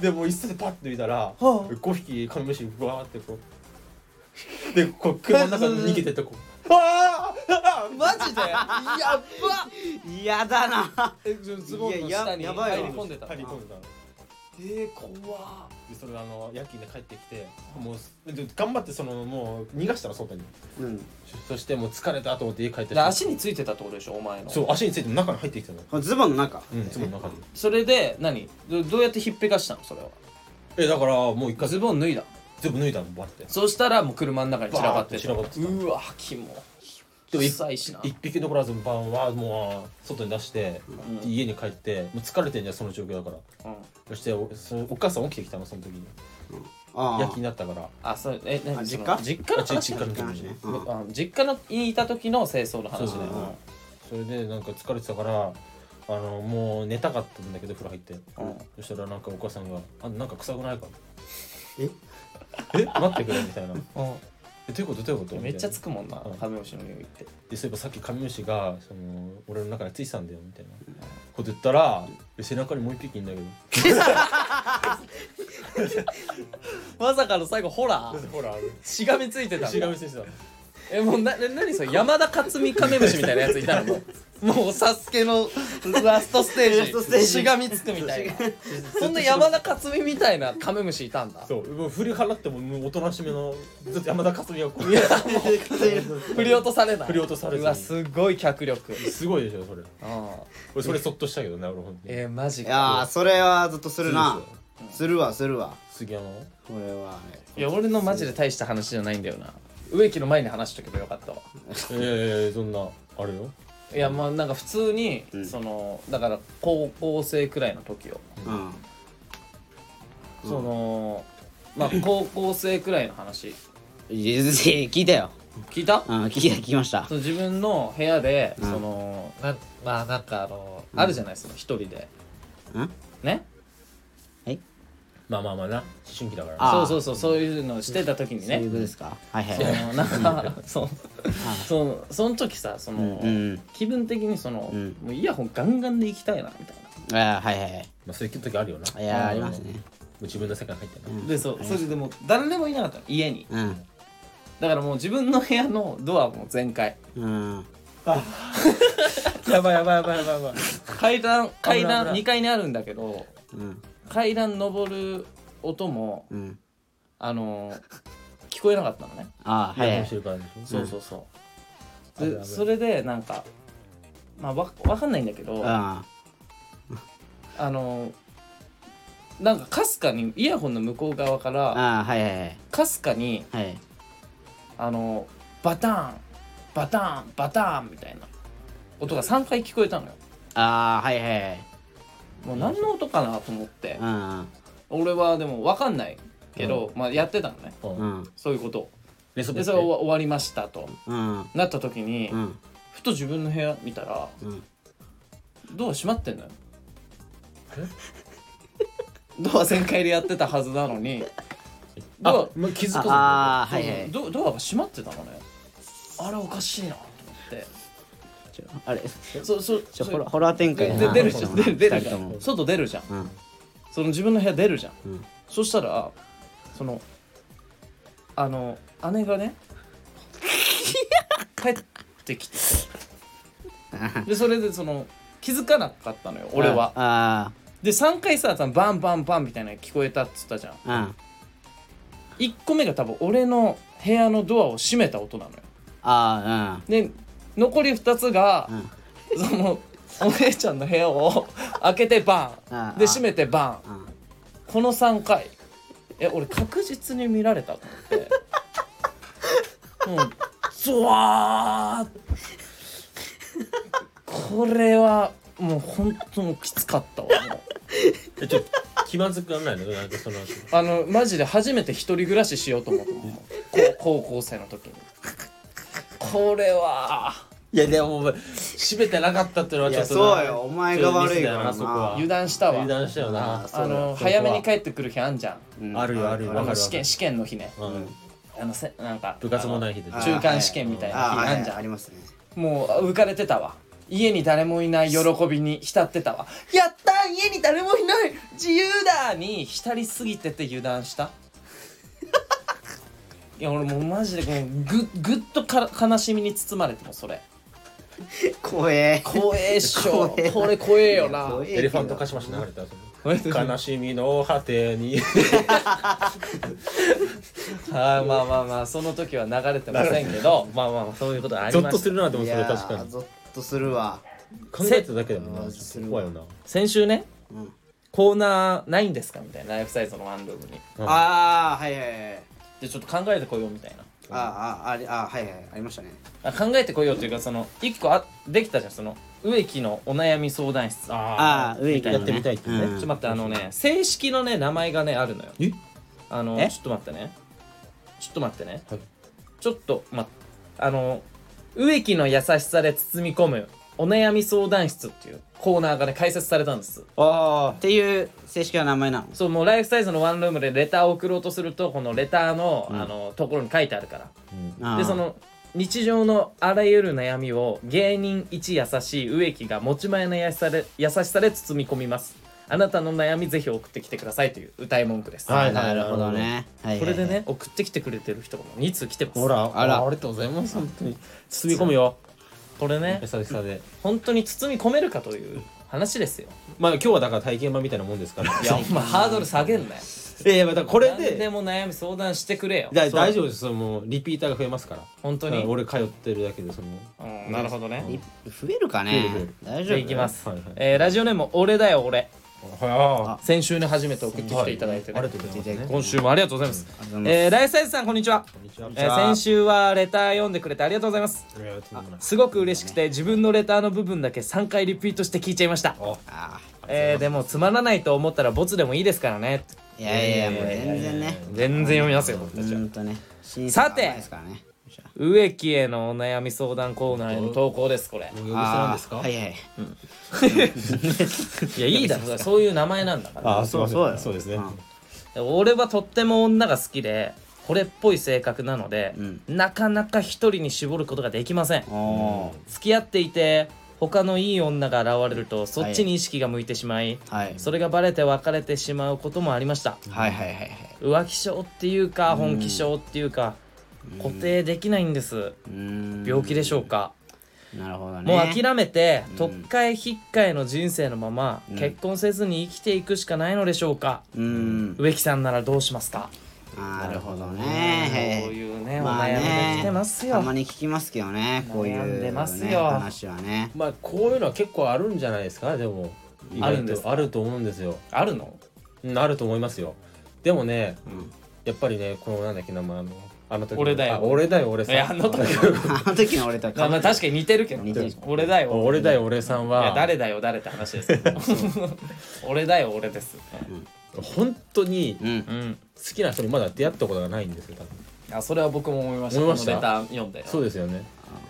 でもう一斉でパッと見たら、あ5匹カメムシうわーってこうでこう車の中に逃げてってこうあーあーマジでやっば嫌だなえズボンの下にいややばい入わり込んでたの入り込んでたのえー、怖っでそれあの夜勤で帰ってきてもうで頑張ってそのもう逃がしたの外にうんそそしてもう疲れたと思って家帰ってで足についてたってことでしょお前のそう足についても中に入ってきたのこのズボンの中うんズボンの中にそれで何どどうやってひっぺかしたのそれはえだからもう一回ズボン脱いだ全部脱いだのバッてそうしたらもう車の中に散らばってバーッと散らばってたうわキモでもい臭いしな一匹残らず晩はもう外に出して、うん家に帰ってもう疲れてんじゃんその状況だからうんそしておそのお母さん起きてきたのその時にあ夜あ勤だったからあそうえ何あその実家実家のあ話ち実家の実家時のに話ねうんあ実家のにいた時の清掃の話そうだそうよそれでなんか疲れてたからあのもう寝たかったんだけど風呂入って、んそしたらなんかお母さんが「あなんか臭くないか?」ええ待ってくれ」みたいなうん「えどういうことどういうこと?」めっちゃみつたいくもんなうんカメムシの匂いってなでそういえばさっきカメムシがその俺の中についてたんだよみたいなこと言ったらえ背中にもう一匹いんだけどまさかの最後ホラーほらしがみついてたしがみついてたえもうなな何それ山田勝美カメムシみたいなやついたのもうもうサスケのラストステージラストステージしがみつくみたいなそんな山田勝美みたいなカメムシいたんだそうもう振り払ってももうおとなしめのずっと山田勝美がこう振り落とされない振り落とされずうにわすごい脚力すごいでしょそれああ俺それそっとしたけどね俺ほんとにえー、マジいかやーそれはずっとするなそうですよするわするわ杉山はこれはねいや俺のマジで大した話じゃないんだよな植木の前に話しとけばよかったわいやいやいやそんなあれよいやまあなんか普通に、んそのだから高校生くらいの時を、うんそのまあ高校生くらいの話いや聞いたよ聞いうた、ん聞いた聞きましたその自分の部屋で、うんそのなまあなんかあの、あるじゃないその一人でうんねまあまあまあな思春期だからあそうそうそうそういうのをしてた時にそういねうことですかはいはそいのなんか (laughs) そうそのその時さその、うん気分的にその、うんもうイヤホンガンガンで行きたいなみたいなあーはいはいまあそういう時あるよはないいやーありますね自分の世界入ってうなんでそうそれでもう誰でもいなかったの家にうんだからもう自分の部屋のドアもう全開うんやばいやばいやばいやばいやばい階段階危な段い2階にあるんだけどうん階段登る音もうんあのー聞こえなかったのねあーはいはやいしてるからでしょそうそうそう、うん危なでい危ないそれでなんかまあわわかんないんだけどああのーなんかかすかにイヤホンの向こう側かーらあーはいはいはいかすかにはいあのーバターンバターンバターンみたいな音が3回聞こえたのよああはいはいはいもう何の音かなと思ってうん俺はでも分かんないけど、まあやってたのねうんうんそういうことを寝そべでってそれ終わ終わりましたとうんなった時に、うんふと自分の部屋見たらうんドア閉まってんのよえドア全開でやってたはずなのにあドもう気づかずああア,、はいはいドドアが閉まってたのねあれおかしいなと思っちょあれてそそちょそホラホラー展開でだなで出るじゃん出る出るじ二人ゃともん外出るじゃんうんその自分の部屋出るじゃん、うんそしたらそのあの姉がね帰ってきてでそれでその気づかなかったのよ俺はあで3回さ多分バンバンバンみたいなの聞こえたっつったじゃんあうん1個目が多分俺の部屋のドアを閉めた音なのよああで残り2つがうん、そのお姉ちゃんの部屋を開けてバあンあで閉めてバンうんこの3回え俺確実に見られたと思って (laughs) もうゾワーッこれはもう本当もうきつかったわもうえちょっと気まずくなんないのなんかそのあのマジで初めて一人暮らししようと思ったもん (laughs) こ高校生の時にこれはいやでもお前閉めてなかったっていうのはいちょやっとそうなよお前が悪いからなちょっとミスだよなそこは油断したわ油断したよなあのそうだよ早めに帰ってくる日あんじゃんうんあるよあるよあわかのる試験試験の日ねわかるうんあのせなんか部活もない日であの中間試験みたいなあ日はいあはんいじゃあんりますねもう浮かれてたわ家に誰もいない喜びに浸ってたわやったー家に誰もいない自由だーに浸りすぎてて油断した (laughs) いや俺もうマジでこのぐぐっとから悲しみに包まれてもそれ怖え怖えっしょ怖えなこれ怖えよな怖えけどエレファントカシマシ流れた悲しみの果てにはいまあまあまあその時は流れてませんけどまあまあまあそういうことあゾりッまとしすたるなでもいそれや確かーにゾッとするわ考えただけでもうんなちょっと怖いよな先週ねうんコーナーないんですかみたいなライフサイズのワンルームにうんああはいはいはいでちょっと考えてこようみたいなあああれあはいはいありましたねあ考えてこようというかその一個あできたじゃんその植木のお悩み相談室ちょああ上やってみたいってねっと待ってあのね正式のね名前がねあるのよえあのえちょっと待ってねちょっと待ってね、はいちょっとまあの植木の優しさで包み込むお悩み相談室っていうコーナーがね開設されたんですああっていう正式な名前なのそうもうライフサイズのワンルームでレターを送ろうとするとこのレターの,、あのところに書いてあるからあーでその日常のあらゆる悩みを芸人一優しい植木が持ち前の優しさで優しさで包み込みますあなたの悩みぜひ送ってきてくださいという歌い文句です、はいなるほどねはいはいはいこれでね送ってきてくれてる人がもう2通来てますほらあらありがとうございます本当に包み込むよこれね優しさで本当に包み込めるかという話ですよまあ今日はだから体験版み (laughs) たいなもんですからいやお前ハードル下げんなよいやいやまたこれ何ででも悩み相談してくれよだ大丈夫ですそのもうリピーターが増えますから本当だにから俺通ってるだけでそのうんなるほどねい増えるか増える増ねえる大じ丈ゃ夫あいきます、はいはいえーラジオネーム俺だよ俺は先週ね初めて送ってきていただいてあね、りがとうございますね今週もありがとうございます、うんえーライフサイズさんこんにちはこんにちはえー先週はレター読んでくれてありがとうございますありがとうございますすごく嬉しくて自分のレターの部分だけ3回リピートして聞いちゃいました、ああえーでもつまらないと思ったらボツでもいいですからねーいやいやもう全然ね全然読みますよ僕うたちはーんとねさて審査が甘いですからね植木へのお悩み相談コーナーへの投稿ですこれお呼びしたあんあですかはいはいいやいいだろそういう名前なんだからああそうそうそようそうですねうん俺はとっても女が好きでこれっぽい性格なので、うんなかなか一人に絞ることができませんおお付き合っていて他のいい女が現れるとそっちに意識が向いてしまーい、はいそれがバレて別れてしまうこともありましたはいはいはいはい浮気症っていうか本気症っていうか固定できないんですうーん病気でしょうかなるほどねもう諦めて特会引っかえの人生のまま結婚せずに生きていくしかないのでしょうかうーん植木さんならどうしますかなるほどこうねいうねおまあ悩みがね来てますたよまに聞きますけどねこういう悩んでますよね話はね (laughs) まあこういうのは結構あるんじゃないですかでも意外とあるんですかあると思うんですよあるのうんあると思いますよでもねやっぱりねこのなんだっけ名前あのあの時の俺だよあ俺だよ俺さいやあの時あの時の俺とはまあまあ確かに似てるけど似てる俺だよ (laughs) 俺だよ俺さんいやは誰だよ誰って話ですけ (laughs) ど俺だよ俺です本当にうんうん好きな人にまだ出会ったことがないんですよ多分あそれは僕も思いました思いましたこのネタ読んでそうですよね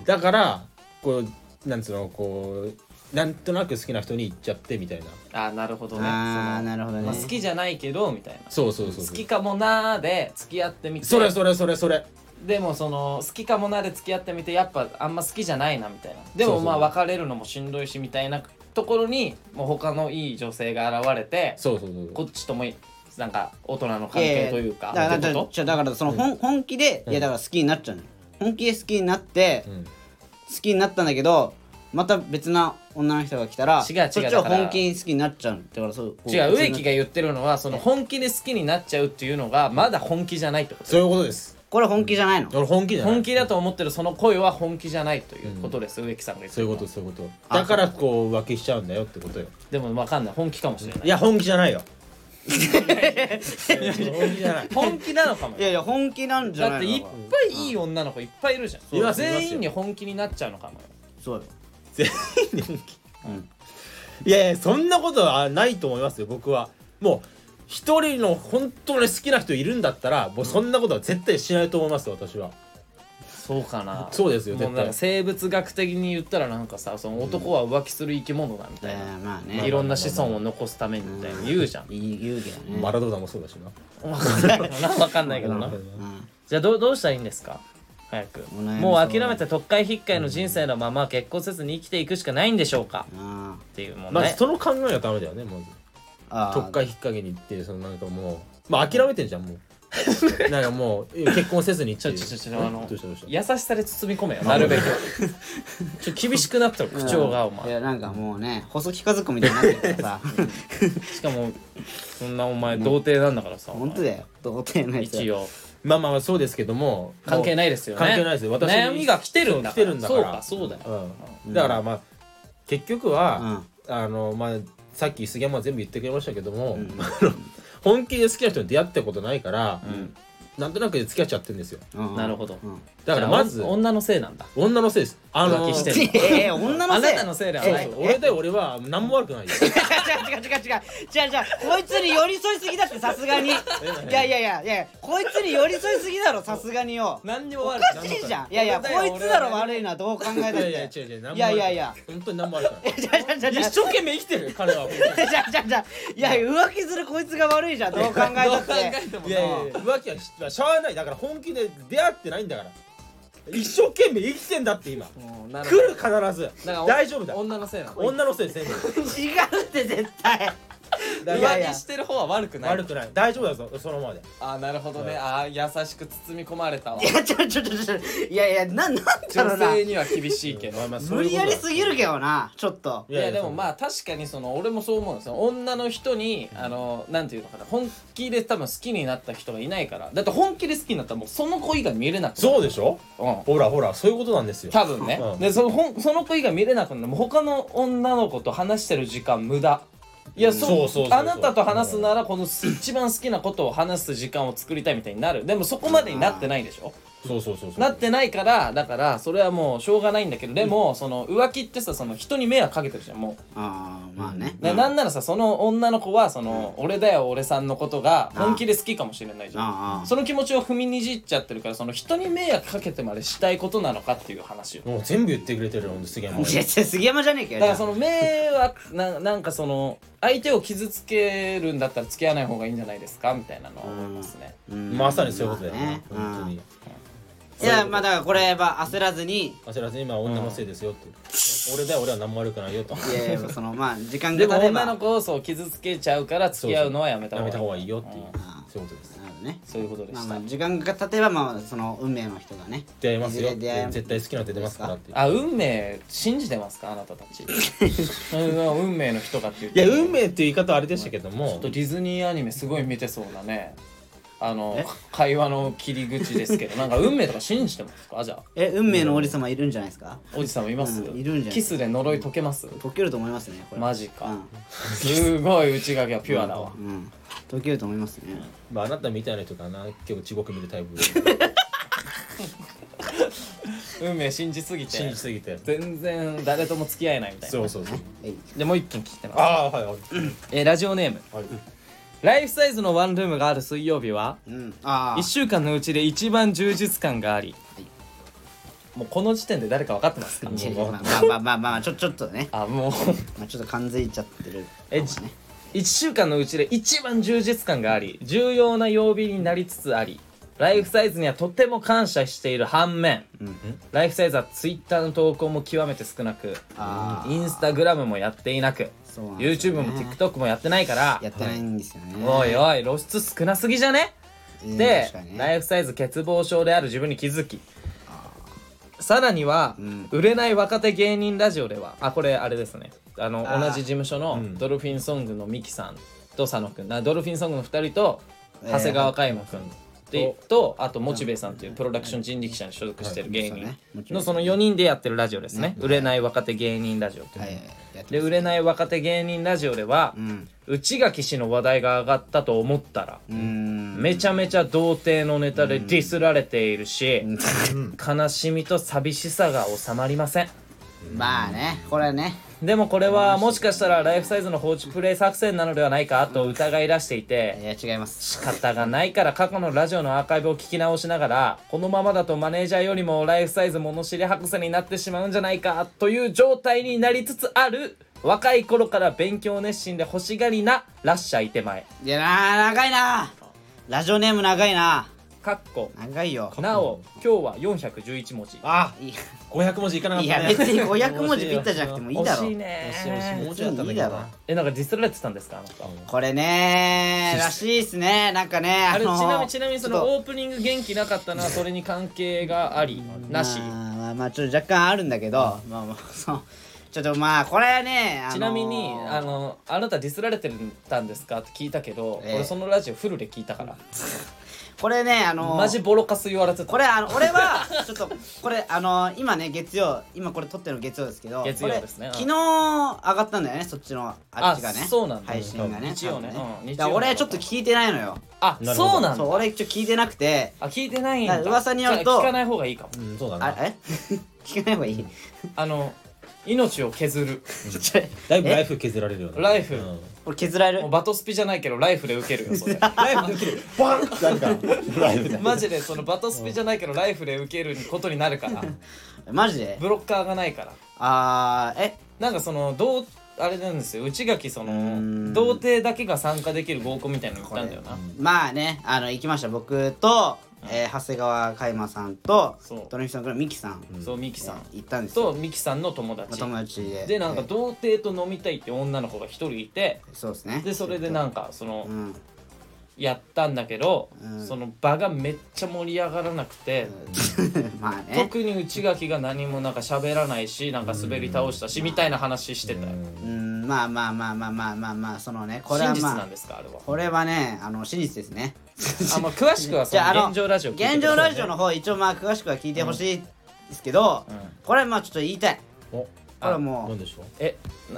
だからこうなんつうのこうなんとなく好きな人に行っちゃってみたいなあなるほどねああそのなるほどねまあ好きじゃないけどみたいなそうそうそうそう好きかもなーで付き合ってみてそれそれそれそれでもその好きかもなーで付き合ってみてやっぱあんま好きじゃないなみたいなでそうもそうまあ別れるのもしんどいしみたいなところにもう他のいい女性が現れてそうそうそうこっちともなんか大人のい関やい係やというかだからってだこじゃだからその本,、本気でいやだから好きになっちゃうのよ本気で好きになって、うん好きになったんだけどまた別な女の人が来たら違う違うそっちだはから本気に好きになっちゃうのだからそうこう違う植木が言ってるのはその本気で好きになっちゃうっていうのがまだ本気じゃないってことそういうことですこれ本気じゃないの、俺本気じゃない本気だと思ってるその声は本気じゃないということです、植木さんが言ってそうるいうのこはとそういうことだからこう浮気しちゃうんだよってことよでも分かんない本気かもしれないいや本気じゃ (laughs) ないよ本気じゃない本気なのかもいやいや本気なんじゃだっなていのいっぱいいい女の子いっぱいいるじゃんそういます全員に本気になっちゃうのかもよそうよ全員人気いやいやそんなことはないと思いますよ僕はもう一人の本当に好きな人いるんだったらもうそんなことは絶対しないと思いますよ私はそうかなそうですよもう絶なんか対生物学的に言ったらなんかさその男は浮気する生き物だみたいな、えーまあねいろんな子孫を残すためにみたいな言うじゃん、いい言うけどね、マラドーナもそうだしなわかんないけどな分かんないけどなうんじゃあどうどうしたらいいんですか早くお悩みもう諦めて特会引っかいの人生のまま結婚せずに生きていくしかないんでしょうかあっていうもんまあねその考えはダメだよねまずーあー特会引っ掛けに行ってそのなんかもうまあ諦めてんじゃんも (laughs) うなんかもう結婚せずにってちょいうちょちょちょあのどうしたどうした優しさで包み込めよなるべく (laughs) ちょっと厳しくなったら口調がおい前やなんかもうね細木家族みたいになってるからさ (laughs) しかもそんなお前童貞なんだからさ本当だよ童貞のやつ一応まあまあまあそうですけども関係いないですよね関係ないですよ私悩みが来てるんだ来てるんだからそうかそうだよ、うんだからまあ結局は、うあのまあさっき杉山は全部言ってくれましたけども、ん (laughs) あの本気で好きな人に出会ったことないから、なんとなく付き合っちゃってるんですようんなるほどうんだからまずじゃあお女のせいなんだ女のせいですあの浮気してるえー、女のせいあなたのせいではえないえ俺だよ俺は何も悪くないよ違う違う違う違う違う違うこいつに寄り添いすぎだってさすがにいやいやいやいやこいつに寄り添いすぎだろさすがによ (laughs) 何におも悪かしいじゃんいやいやこいつだろ悪いのはどう考えたっいてやいや違う違う何も悪くないいやいやいや本当に何も悪くないじゃじゃじゃじゃ一生懸命生きてる彼はじゃじゃじゃいや浮気するこいつが悪いじゃんどう考えたっててもいやいやいや浮気はししゃあないだから本気で出会ってないんだから一生懸命生きてんだって今もうな来るる必ずだから大丈夫だ女のせいなの女のせい全部違うって絶対だいからやいや浮気してる方は悪くない悪くない大丈夫だぞそのままでああなるほどねああ優しく包み込まれたわいやちょちょちょちょいやいやななんだろ女うな性には厳しいけどまあまあそう無いう理こやとだりすぎるけどなちょっといやでもまあ確かにその俺もそう思うんですよ女の人にあのなんていうのかな本気で多分好きになった人がいないからだって本気で好きになったらもうその子以外見れなくなるそうでしょうんほらほらそういうことなんですよ多分ね、うんでそのほんその子以外見れなくなるもう他の女の子と話してる時間無駄いやそうそそうそううそうあなたと話すならこのす一番好きなことを話す時間を作りたいみたいになるでもそこまでになってないでしょそうそうそうそうなってないからだからそれはもうしょうがないんだけどでもその浮気ってさその人に迷惑かけてるじゃんもああまあねうでなんならさその女の子はその俺だよ俺さんのことが本気で好きかもしれないじゃんああその気持ちを踏みにじっちゃってるからその人に迷惑かけてまでしたいことなのかっていう話をもう全部言ってくれてるよ杉山いや杉山じゃねえかよだからその迷惑ななんかその相手を傷つけるんだったら付き合わない方がいいんじゃないですかみたいなのは思いますね。うんまさにそういうことだよまあね本当にいやまあだからこれは焦らずに焦らずに今は女のせいですよって俺だよ俺は何も悪くないよといやいやそのまあ時間でがも経てば女の子をそう傷つけちゃうから付き合うのはやめたや方めた方ががいい。いいよっていううんそういうことですなるほどねそういうことでまあしまたあ。時間が経てばまあその運命の人がね出会いますよいずれ出会え絶対好きなの出てますからっていうあ運命信じてますかあなたたち。うん運命の人かっていう。いや運命っていう言い方はあれでしたけどちょもっとディズニーアニメすごい見てそうなね。あのえ会話の切り口ですけど (laughs) なんか運命とか信じてますかじゃあえ運命の王子様いるんじゃないですかおじさんもいます、うんいるんじゃないキスで呪い解けます解けると思いますねこれマジか、すごい内掛けはピュアだわう、ん、うん、解けると思いますねまああなたみたいな人かな結構地獄見るタイプ (laughs) 運命信じすぎて信じすぎて全然誰とも付き合えないみたいなそうそうそうはいでもう一件聞いてますああはいはいえーラジオネームはいライフサイズのワンルームがある水曜日はうんああ1週間のうちで一番充実感がありもうこの時点で誰か分かってますか違う違うまあまあまあまあまあちょちょっとね、あもうまあ、ちょっと感づいちゃってるえじ1週間のうちで一番充実感があり重要な曜日になりつつありライフサイズにはとても感謝している反面、ライフサイズはツイッターの投稿も極めて少なくあーインスタグラムもやっていなくそうなんですよ YouTube ねも TikTok もやってないからやってないんですよね、おいおい露出少なすぎじゃねうんで確か、にねライフサイズ欠乏症である自分に気づきさらには、ん売れない若手芸人ラジオではあこれあれですねあのあー同じ事務所のんドルフィンソングのミキさんと佐野くんなドルフィンソングの2人と長谷川嘉山くんってとあとモチベイさんというプロダクション人力車に所属してる芸はいはいモチ人ベイのさそんの4人でやってるラジオですね売れない若手芸人ラジオっていうはいのはいがはいやってで売れない若手芸人ラジオでは、ん内垣氏の話題が上がったと思ったら、うーんめちゃめちゃ童貞のネタでディスられているし、悲しみと寂しさが収まりませんまあねこれねでもこれはもしかしたらライフサイズの放置プレイ作戦なのではないかと疑い出していいてや違います仕方がないから過去のラジオのアーカイブを聞き直しながらこのままだとマネージャーよりもライフサイズ物知り博士になってしまうんじゃないかという状態になりつつある若い頃から勉強熱心で欲しがりなラッシャーいてまえいやな長いなラジオネーム長いなかっこ長いよなお今日は411文字あいや500文字いかなかっいたやね別に500文字ぴったじゃなくてもいいだろ惜しいね惜しい惜しいもうちょいあったんだけいいだどろなえなんかディスられてたんですかあの人これねらしいっすねなんかねああれちのなみにちなみにそちょっのとオープニング元気なかったのはそれに関係がありなしまあまあまあちょっと若干あるんだけど、まあまあそうちょっとまあこれはね、あのーちなみにあのあなたディスられてたんですかって聞いたけどええ俺そのラジオフルで聞いたからこれねあのーマジボロカス言われてたこれあの俺はちょっとこれあのー今ね月曜今これ撮ってるの月曜ですけど月曜ですねこれ昨うん日上がったんだよねそっちのあっちがねあそうなんだ配信がね日曜ね多分うん日曜だから俺ちょっと聞いてないのよあなるほどそうなんそうだ俺ちょっと聞いてなくてあ聞いてないんだかだら噂によるとじゃあ聞かない方がいいかもうんそうだあなえ (laughs) 聞かない方がいいあの命を削る (laughs) ちょだいぶライフ削られるよねライフうん俺削られもるうバトスピじゃないけどライフで受けるよそれライフできるバンなんかライフだマジでそのバトスピじゃないけどライフで受けることになるからマジでブロッカーがないからあーえなんかそのどうあれなんですよ内垣そんの童貞だけが参加できる合コンみたいなの行ったんだよなまあねあの行きました僕と、えー長谷川嘉馬さんとそうトレミさんのミキさんそうミキさん行ったんですよとミキさんの友達友達ででなんかえー童貞と飲みたいって女の子が一人いてそうですねでそれでなんかそのうんやったんだけどうんその場がめっちゃ盛り上がらなくて (laughs) まあね特に内垣が何もなんか喋らないしなんか滑り倒したしみたいな話してたようんまあまあまあまあまあまあまあそのねこれ真は実まなあんですかあれはこれはねあの真実ですねあまあ詳しくはそああのの現状ラジオ聞いてください現ね状ラジオの方一応まあ詳しくは聞いてほしいですけど、うんこれはまあちょっと言いたいおこれはなもんうでしょうえ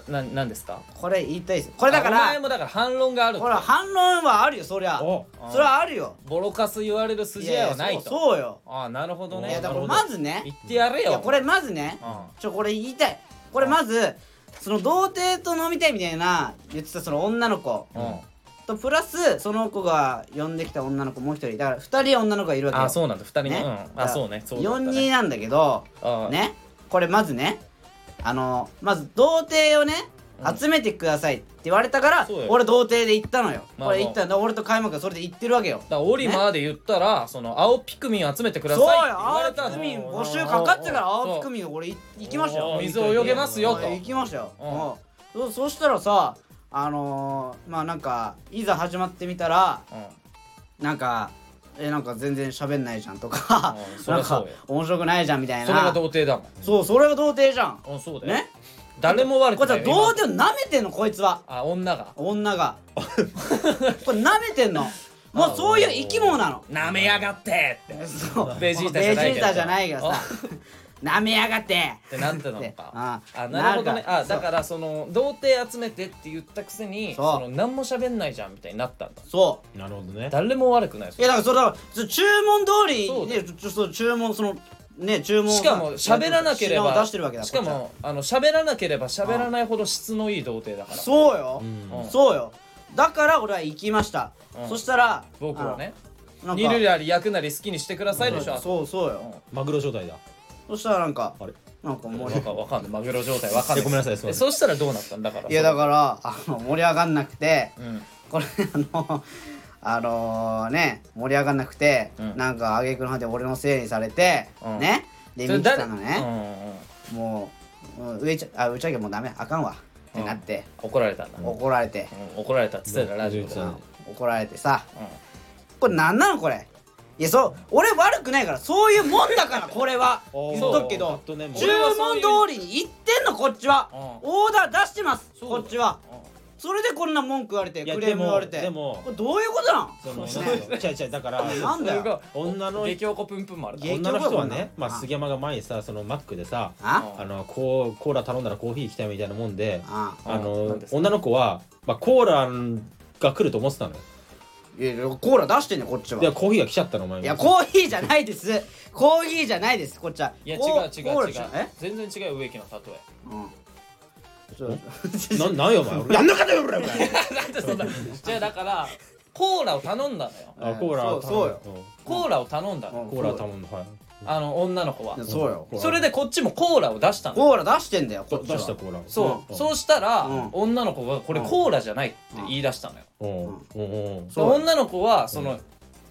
なななんですかこれ言いたいですこれだかあおら前もだから反論があるほら反論はあるよそりゃおそれはあるよボロカス言われる筋合いはないとやそうそうよああなるほどねいやだからなるほまどずね言ってやれいよやこれまずねうちょこれ言いたいこれまずその童貞と飲みたいみたいな言ってたその女の子ん、うん、とプラスその子が呼んできた女の子もう一人だから二人女の子がいるわけよあそうなんだ2人も、ねうん、あそうねそうだった4ね人なんだけどあねこれまずねあのまず童貞をねうん集めてくださいって言われたから、そうよ俺童貞で行ったのよ、まあまあこれ行ったんだ俺と開幕がそれで行ってるわけよだからオリマーで言ったら、その青ピクミン集めてくださそいうってよ言われ青ピたクミン募の集かかってからそう青ピクミン俺い行きましたよお水を泳げますよとはい行きましたようんうんそそしたらさあのーまあなんかいざ始まってみたらうんなんかえなんか全然喋んないじゃんとか (laughs) うんそなりゃんそうかよ面白くないじゃんみたいなそれが童貞だもそうそれが童貞じゃんんあそうだよ、ね誰も悪こくいつなはいよ童貞を舐めてんのこいつは今あ女が女 (laughs) がこれ舐めてんのもうそういう生き物なのなめやがってってっそうベジータじゃなベいけどジータじゃないけどさ舐めやがっててなってたので (laughs) かあああなるほどねなんかあだからその童貞集めてって言ったくせにそうその何も喋んないじゃんみたいになったんだそなるほどね誰も悪くないですういやだからそれだから注文通そりうだよねちょちょそう注文そのね注文しかも喋らなけれ品をば出してるわけだしかもあの喋らなければ喋らないほど質のいい童貞だこかっらちはそうようんうんそうよだから俺は行きましたうんそしたら僕はねあのなん煮かるなり焼くなり好きにしてくださいでしょそうそうよマグロ招待だそしたらなんかあれなんかももううなんかわかんないマグロ状態わかんないいやごめんなさいそうえそうしたらどうなったんだ (laughs) からいやだから (laughs) あの盛り上がんなくてらうんこれあのあのね盛り上がんなくて、うんなんか挙句の果て俺のせいにされて、うんねでそれミキ誰さんがね、うんうんうんもううん上ちゃあ上ちゃけもうダメあかんわってなって、怒られたんだうん怒られて、怒られたっつってたラジオでうん怒られてさうこれなんなのこれいやそう俺悪くないからそういうもんだ (laughs) からこれはおー言っとくけやどっとねもう注文通りに言ってんのこっちはうんオーダー出してますそうだこよっちはんうんそれでこんな文句言われていやクレーム言われてでもこれどういうことなんそのそうなんだろう違う違うだからなんだよ女の激おこぷんぷんもある激女の人影は響ね力、まあ、な杉山が前にさそのマックでさああのコーコーラ頼んだらコーヒー来たよみたいなもんでああうんなのんですか女の子は、まあ、コーラが来ると思ってたのよいやいやコーラ出してんねこっちはでコーヒーが来ちゃったのお前いやコーヒーじゃないですコーヒーじゃないですこっちはいや違うコー違コーうラ違じゃうえ全然違う植木の例え (laughs) うんそうななんよお前俺やんなかったよ俺なんでそんなじゃあだからコーラを頼んだのよあコーラそうそうよ頼む (laughs) コーラを頼んだのうんコーラ頼むのはいあの女の子はうんそうよそれでこっちもコーラを出したのコーラ出してんだよこっちは出したコーラそうそううしたらうん女の子がこれコーラじゃないって言い出したのようんうんうんそう女の子はその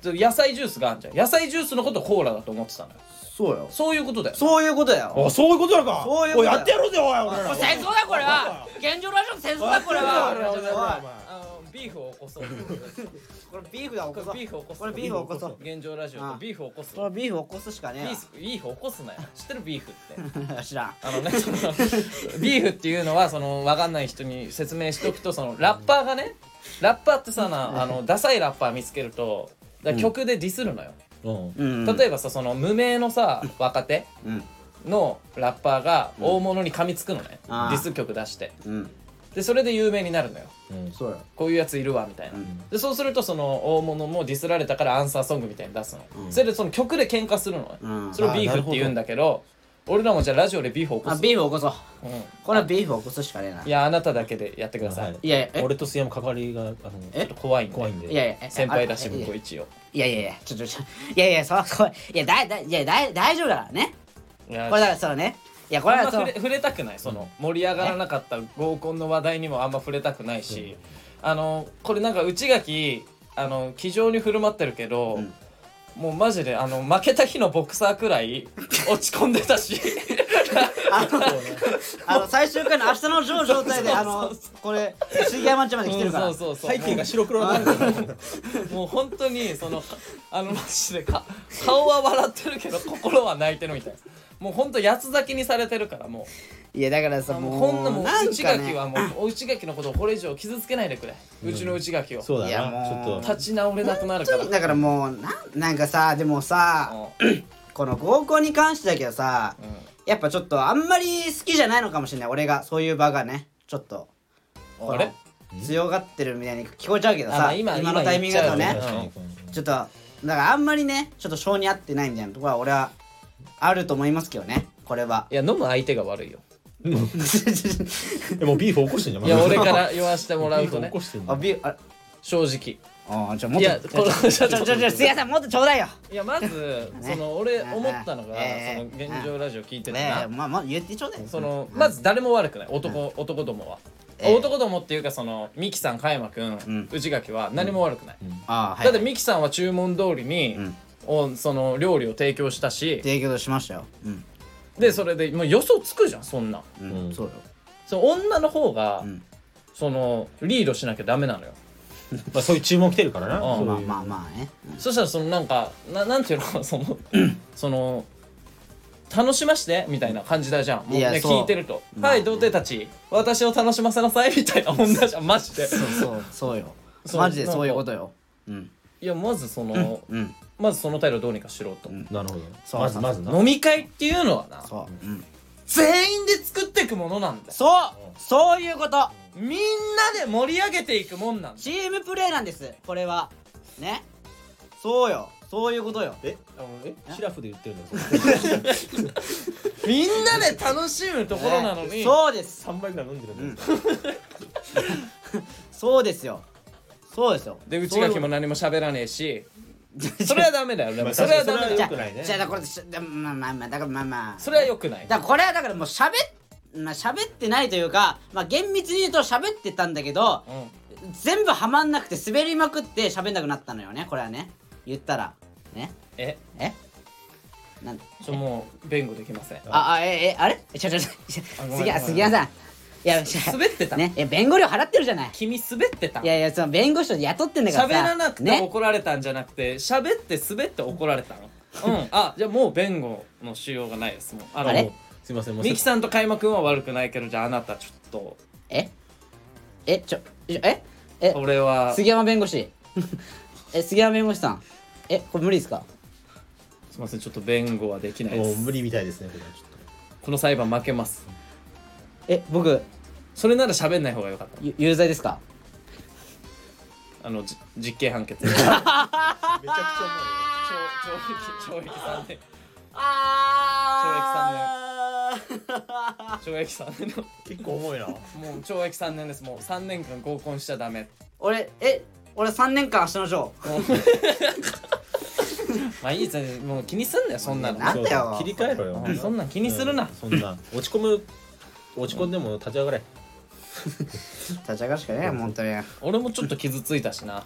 野菜ジュースがあんじゃん野菜ジュースのことをコーラだと思ってたのよそうよそういうことだよそういうことだよあそういうことなのかそういうことだおやってやろうぜおい俺ら戦争だこれは現状ラジオの戦争だこれは俺ら俺らはあのビーフを起 (laughs) こそうこれビーフだ起ここそうれビーフを起ここれビーフ起こすそう現状ラジオとビーフを起こすこれビーフ起こすしかビねーフビーフ起こすなよ知ってるビーフってえな知らんあの (laughs) ね、そのビーフっていうのはその分かんない人に説明しとくとそのラッパーがねラッパーってさなあのダサいラッパー見つけるとだから曲でディスるのよ、うんうん例えばさその無名のさ若手うんのラッパーが大物に噛みつくのね、あーディス曲出してうんでそれで有名になるのようんそうよこういうやついるわみたいうな、んでそうするとその大物もディスられたからアンサーソングみたいに出すの、うんそれでその曲で喧嘩するのね、うんそれをビーフって言うんだけど俺らもじゃあラジオでビーフ起こあすビーフ起こそううんこれはビーフ起こすしかねえないやあなただけでやってください、はいいやいやえ俺と杉山係があのえちょっと怖いんで怖いんでいやいやえ先輩だしあ向こうい一応やいやいやちょちょちょいやいやそ (laughs) これいやだいだいいやだい大丈夫だからねいやこれだからそのねいやこあれんまはそ触のれ触れたくないその盛り上がらなかった合コンの話題にもあんま触れたくないし、あのこれなんか内垣あの気丈に振る舞ってるけど、うんもうマジであの負けた日のボクサーくらい落ち込んでたしあのあの最終回の明日のジョー状態であのこれ杉山町まで来てるからうんそうそうそう背景が白黒になるからもう本当にそのあのマジでか顔は笑ってるけど心は泣いてるみたいなもう本当八つ咲きにされてるからもういやだからさももううこんなもうなん内かね垣はもう内垣のことをこれ以上傷つけないでくれ、うちの内垣をそういやだなちもうょっと立ち直れなくなるからだからもうなんなんかさでもさうんこの合コンに関してだけどさやっぱちょっとあんまり好きじゃないのかもしれない俺がそういう場がねちょっとうんあれ強がってるみたいに聞こえちゃうけどあまさあ今今のタイミングだと言っねちゃうよねちょっとだからあんまりねちょっと性に合ってないみたいなところは俺はあると思いますけどねこれはいや飲む相手が悪いよえもうビーフ起こしてんじゃんいや俺から言わせてもらうとビーフね起こしてんじゃあんビュあ正直あじゃあもっといやこのちょちょちょちょすいませんもっとちょうだいよいやまずその俺思ったのがえそのえ現状ラジオ聞いてるねえなまあまあ言ってちょうだいよそのまず誰も悪くない男男どもはええ男どもっていうかそのミキさん加山くんん内垣は何も悪くないああはいだってミキさんは注文通りにうんおその料理を提供したし提供しましたようんでそれでもう予想つくじゃんそんなんうん、うんそうよその女の方が、んそのリードしなきゃダメなのよまあそういう注文来てるからなうんそうまあいうまあまあねそしたらそのなんかななんていうの (laughs) そのその楽しましてみたいな感じだじゃんもういやねそう聞いてると「まあはい童貞たち私を楽しませなさい」みたいな女じゃんマジでそうそうそうよそうマジでそういうことようんいやまずその、うんまずその態度どうにかしろと、なるほそどうまずまずな飲み会っていうのはなそう、うん、全員で作っていくものなんだよそうそういうことみんなで盛り上げていくもんなんだよチームプレーなんですこれはねそうよそういうことよえあのえシラフで言ってるんだよみんなで楽しむところなのに、ねそうです3杯ぐらい飲んでるんだよそうですよそうですよで内垣も何も喋らねえしそれはダメだよでもそれはダメだじゃよ良くないねじゃあだからこれしだまあまあまあだからまあまあそれはよくないだからこれはだからもう喋っまあ喋ってないというか、まあ、厳密に言うと喋ってたんだけどうん全部はまんなくて滑りまくって喋んなくなったのよねこれはね言ったらねええなんちょもう弁護できませんああええあれ (laughs) ちょちょちょちょあごめん杉谷ごめん杉谷さんいやちょ滑ってたねいや弁護料払ってるじゃない君滑ってたいやいやその弁護士を雇ってんだからさ喋らなくてね怒られたんじゃなくて喋って滑って怒られたのうんあじゃあもう弁護のしようがないですもうああれすいませんもうミキさんと開幕君は悪くないけどじゃああなたちょっとええちょえええ俺はすい杉山弁護士 (laughs) え杉山弁護士さんえこれ無理ですかませんちょっと弁護はできないもでうす無理みたいですねこれはちょっとこの裁判負けますえ僕それなら喋んない方がよかっゆ有罪ですかたあのじ実刑判 (laughs) 決懲めちゃくちゃ懲役懲役3年ああ懲役3年の重い結構重いなもう懲役3年ですもう3年間合コンしちゃダメ俺え俺3年間明日のジョーまあいいぜもう気にすんなよそんなのなんだよそう切り替えろようんそんなん気にするなうんそんな落ち込む落ち込んでも立ち上がれ (laughs) 立ち上がるしかねえ本当にいや俺もちょっと傷ついたしな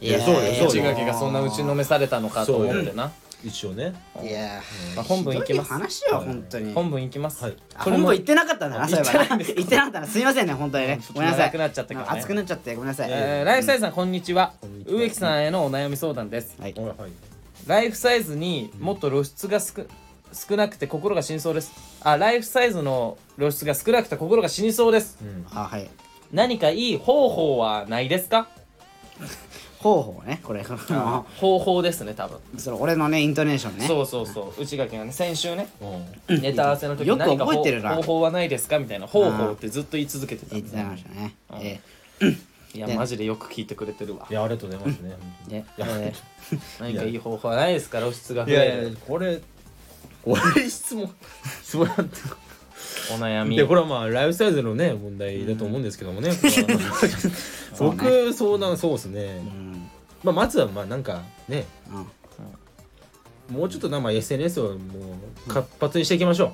いやそうよそうよ内垣がそんな打ちのめされたのかと思ってな、一応ねいやまあ、本文いきひどいます話よ本当に本文いきます、はいあこれも本部行ってなかったんだな、そういえば行ってないんな。行ってなかったな、すみませんね、本当にね。ごめんなさい。長くなっちゃったからね熱くなっちゃって、ごめんなさい。えーライフサイズさんこんにちはこんにちは植木さんへのお悩み相談ですはい。はいはいライフサイズにもっと露出が少少なくて心が死にそうですあライフサイズの露出が少なくて心が死にそうですうんあ、はい。何かいい方法はないですか方法ね、これ。 (laughs) そ方法ですね多分、れ、俺のね、イントネーションね。そうそうそう内垣がね先週ねうんネタ合わせの時よにく何か覚え方てるな方法はないですかみたいな方法ってずっと言い続けてた言っんてでましたね。うんえいやマジでよく聞いてくれてるわいやありがとうございますねーで、いやえ何かいい方法はないですか露出がい増えやいるやこれ俺質問質問 (laughs) なんてお悩みでこれはまあライフサイズのね問題だと思うんですけどもね、これは僕そうなんそうですね、ーうん。まあ、まずはまあなんかねうんもうちょっとなまあ SNS をもう活発にしていきましょ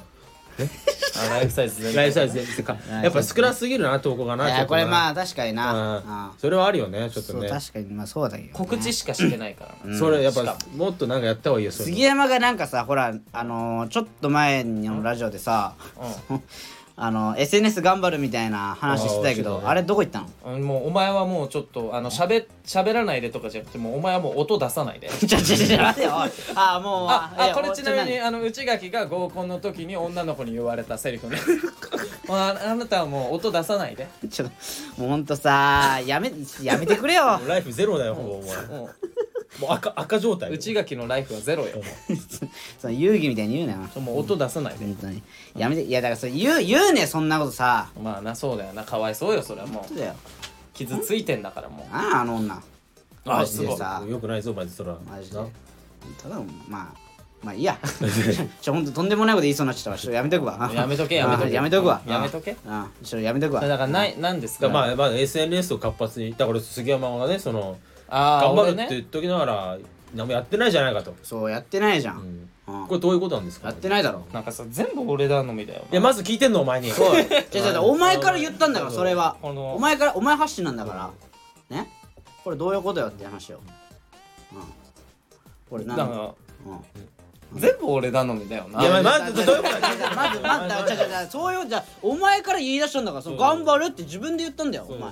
あライフサイズう、全ライ体フサイズ全かうんやっぱ少なすぎるな投稿がいなや、これまああ、確かにな。それはあるよねちちょっとね確かに、まあ、そうだけどね。告知しかしてないからうんそれやっしぱかもっとなんかやった方がいいよそういうの杉山がなんかさ、ほら、あのー、ちょっと前のラジオでさ、あの、SNS 頑張るみたいな話してたけあーそうど、だねあれどこ行ったのうんもうお前はもうちょっとあのしゃべらないでとかじゃなくてもうお前はもう音出さないでちょちょちょ、待てよ。おいあー、もう。あいあやこれちなみ何にあの内垣が合コンの時に女の子に言われたセリフね (laughs) もうああなたはもう音出さないでちょっと、もうほんとさ、やめ、やめてくれよ。 (laughs) ライフゼロだよほぼお前ももう赤赤状態う内垣のライフはゼロよもその遊戯みたいに言うなよ。うもう音出さないで本当に。やめて、いやだからそれ言う、言うね、そんなことさ。まあなそうだよなかわいそうよそれはもそううだよ。傷ついてんだからもうああ、あの女。あマジすごいでさ。よくないぞマジそらマジでな。ただ、まあ。まあいいや。ちょ、ほんととんでもないこと言いそうになっちゃったわ。ちょっとやめとくわ。 (laughs) やめとけやめとけあやめとくわ。やめとけああちょっとやめとくわ。だからないなんですだかからまあまあ SNS を活発にだから杉山がねそのあ頑張俺るって言ねっときながら何もやってないじゃないかと、そう、やってないじゃ。うんんうんこれどういうことなんですかやってないだろ。なんかさ全部俺頼みだよいやまず聞いてんのお前おにい、ちょちょちょお前から言ったんだから、それは。このお前から、お前発信なんだから。ねこれどういうことよって話よ。うん。これななんんだかうん全部俺頼みだよないやまずどういうことまずまずまずじゃじゃそういうじゃお前から言い出したんだからその頑張るって自分で言ったんだよお前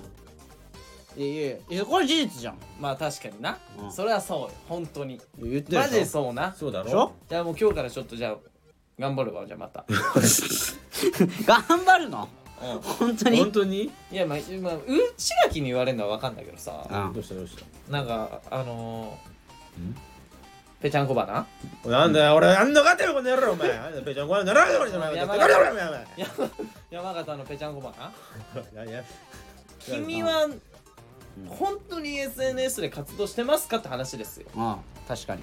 いやいやいやこれ事実じゃんまあ確かにな、うんそれはそうよ本当に言ってるマジでそうなそうだでしょろじゃあもう今日からちょっとじゃあ頑張るわじゃあまた頑張るのうん本当本に当にいやまあ、まあ、うちらきに言われるのは分かんないけどさどうしたどうしなんかあのー、ぺちゃんこばなたなんだよ俺あんのかってよこの野郎お前あんなペチャンコやならんよこれお前やばいならんよこれお前や山形のぺちゃんこばないやいや君は本当に SNS で活動してますかって話ですようん確かに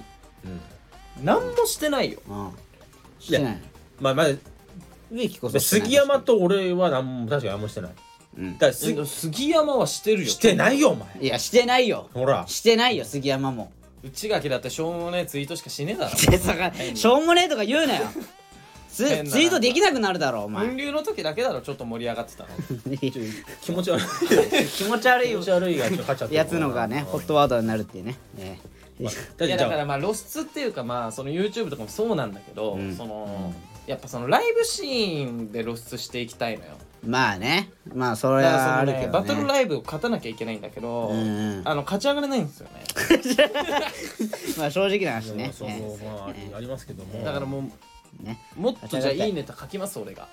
うん何もしてないようんしてないまあま植木こそあ杉山と俺は何も確かに何もしてないだうんからすす杉山はしてるよしてないよお前いやしてないよほらしてないよ杉山も内垣だってしょうもねえツイートしかしねえだろでさか (laughs) しょうもねえとか言うなよツイ変なツイートできなくなるだろお (laughs) 分前流の時だけだろちょっと盛り上がって (laughs) たの気持ち悪い気持ち悪い気持ち悪いがちょっと勝っちゃったやつのがねホットワードになるっていうねええいやだだかかららまあ露出っていうかまあその YouTube とかもそうなんだけど、うんそのやっぱそのライブシーンで露出していきたいのよまあねまあそだれからそはあのるねけどねバトルライブを勝たなきゃいけないんだけど、うんうんあの勝ち上がれないんですよねまあ正直な話ねそうそうまあありますけどもだからもうねもっとじゃあいいネタ書きます俺が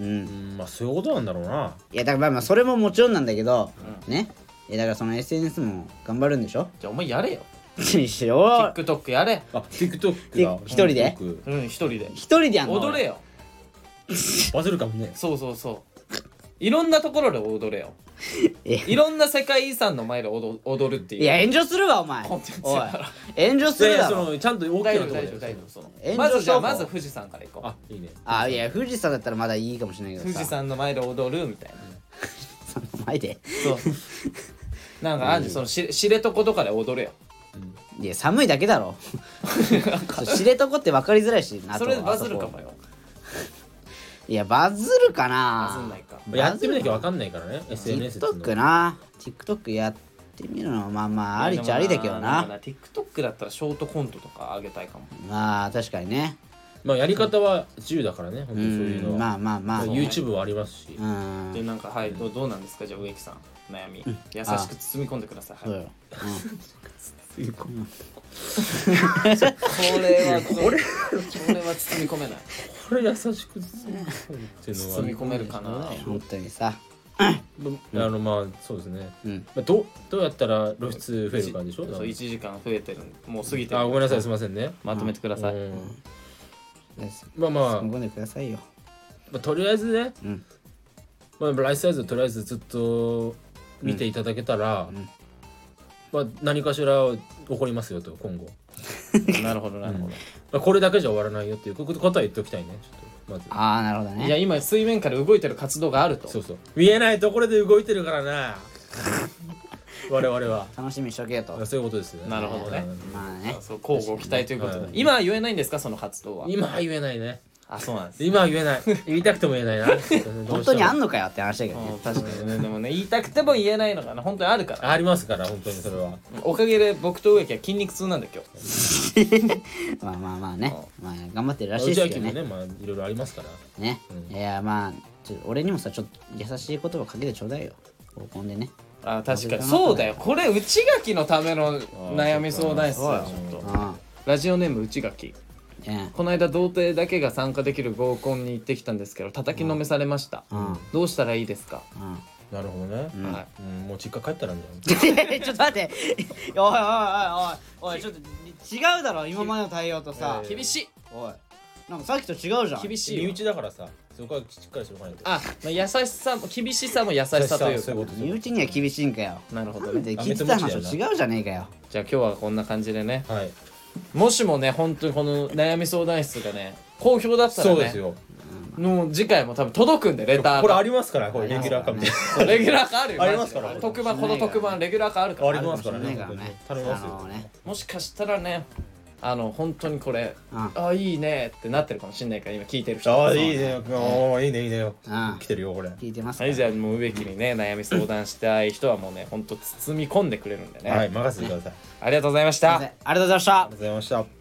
うんうんまあそういうことなんだろうないやだからまあまあそれももちろんなんだけど、ねいやだからその SNS も頑張るんでし (laughs) ょじゃあお前やれよ一緒 TikTok やれあ TikTok だ一人で TikTok うん一人で一人でやんの踊れよバズるかもねそうそうそういろんなところで踊れよ (laughs) いやいろんな世界遺産の前で踊踊るっていういや炎上するわお前コンテンツおいやから炎上いすやいるやだそろのちゃんと OK 大丈の夫大ところ丈夫で大丈夫その炎上まずじゃあ商法まず富士山から行こあいいねあいや富士山だったらまだいいかもしれないうけど富さ士山の前で踊るみたいなその前でそう (laughs) なんかあんじゃんそのし知床とかで踊れよいや寒いだけだ (laughs) ろそう知床って分かりづらいしなそれでバズるかもよいやバズるかなバズんないかやってみなきゃわかかんないからね SNS っていうの TikTok な TikTok やってみるのはまあまあありっちゃありだけどでもな TikTok だったらショートコントとか上げたいかもまあ確かにねまあやり方は自由だからね本当うにそういうのんはまあまあまあ YouTube はありますしうんでなんかはいどうどうなんですかじゃあ植木さん悩み優しく包み込んでくださいそうはいよこれは (laughs) これこれは包み込めないこれ優しくっていう包みの込めるかな本当にさはあのまあそうですねうんまあどうどうやったら露出増えるかでしょそう1時間増えてるもう過ぎてるあごめんなさいすいませんねまとめてくださいうんですまあまあ喜んでくださいよまあとりあえずねうんまあライフサイズをとりあえずずっと見ていただけたらんまあ何かしら起こりますよと今後なるほどなるほどまあこれだけじゃ終わらないよっていうことは言っておきたいねちょっとまずああなるほどいやね今水面から動いてる活動があるとそうそう見えないところで動いてるからな我々は楽しみにしとけよとそういうことですねなるほどねまあねそう交互期待ということはでい今は言えないんですかその活動は今は言えないねあそうなんです今は言えない言いたくても言えないな本当にあんののかよって話だけどうんね確かにねでもね言いたくても言えないのかな本当にあるからありますから本当にそれはおかげで僕と植木は筋肉痛なんだ今日まあまあまあねまあ頑張ってるらしい内ですけ訳どもねねまあいろいろありますからね、うんいやまあちょ俺にもさちょっと優しい言葉かけてちょうだいよ合コンでねあ確かあにそうだよこれ内垣のための悩み相談室だよちょっとあラジオネーム内垣あねこの間童貞だけが参加できる合コンに行ってきたんですけど叩きのめされました、うんどうしたらいいですか、うんなるほどねうんはいうんもう実家帰ったらんじゃんちょっと待っておいおいおいおいおいちょっと違うだろ今までの対応とさ、えー厳しいおいなんかさっきと違うじゃん厳ししい身よ内だからさそこはしっかりしとかないとあ、まあ、優しさも厳しさも優しさというそかういうことそう身いうこ内には厳しいんかよなるほなどんねで聞いてた話と違うじゃねえかよじゃあ今日はこんな感じでねとはいもしもね本当にこの悩み相談室がね好評だったらそうでねすよもう次回も多分届くんでレターがこれありますからこれレギュラー化みたいそうレギュラー化あるよありますからマジで特番この特番レギュラー化あるかなあらりますからあねるかもしれないからね頼みますあのよねもしかしたらねあの本当にこれうんあいいねってなってるかもしれないから今聞いてる人ああはいいねおーいいねいいねようん来てるよこれ聞いてますからいじゃあもう植木にね悩み相談したい人はもうね本当包み込んでくれるんでね、はい任せてくださいありありがとうございましたすいませんありがとうございましたがとうございました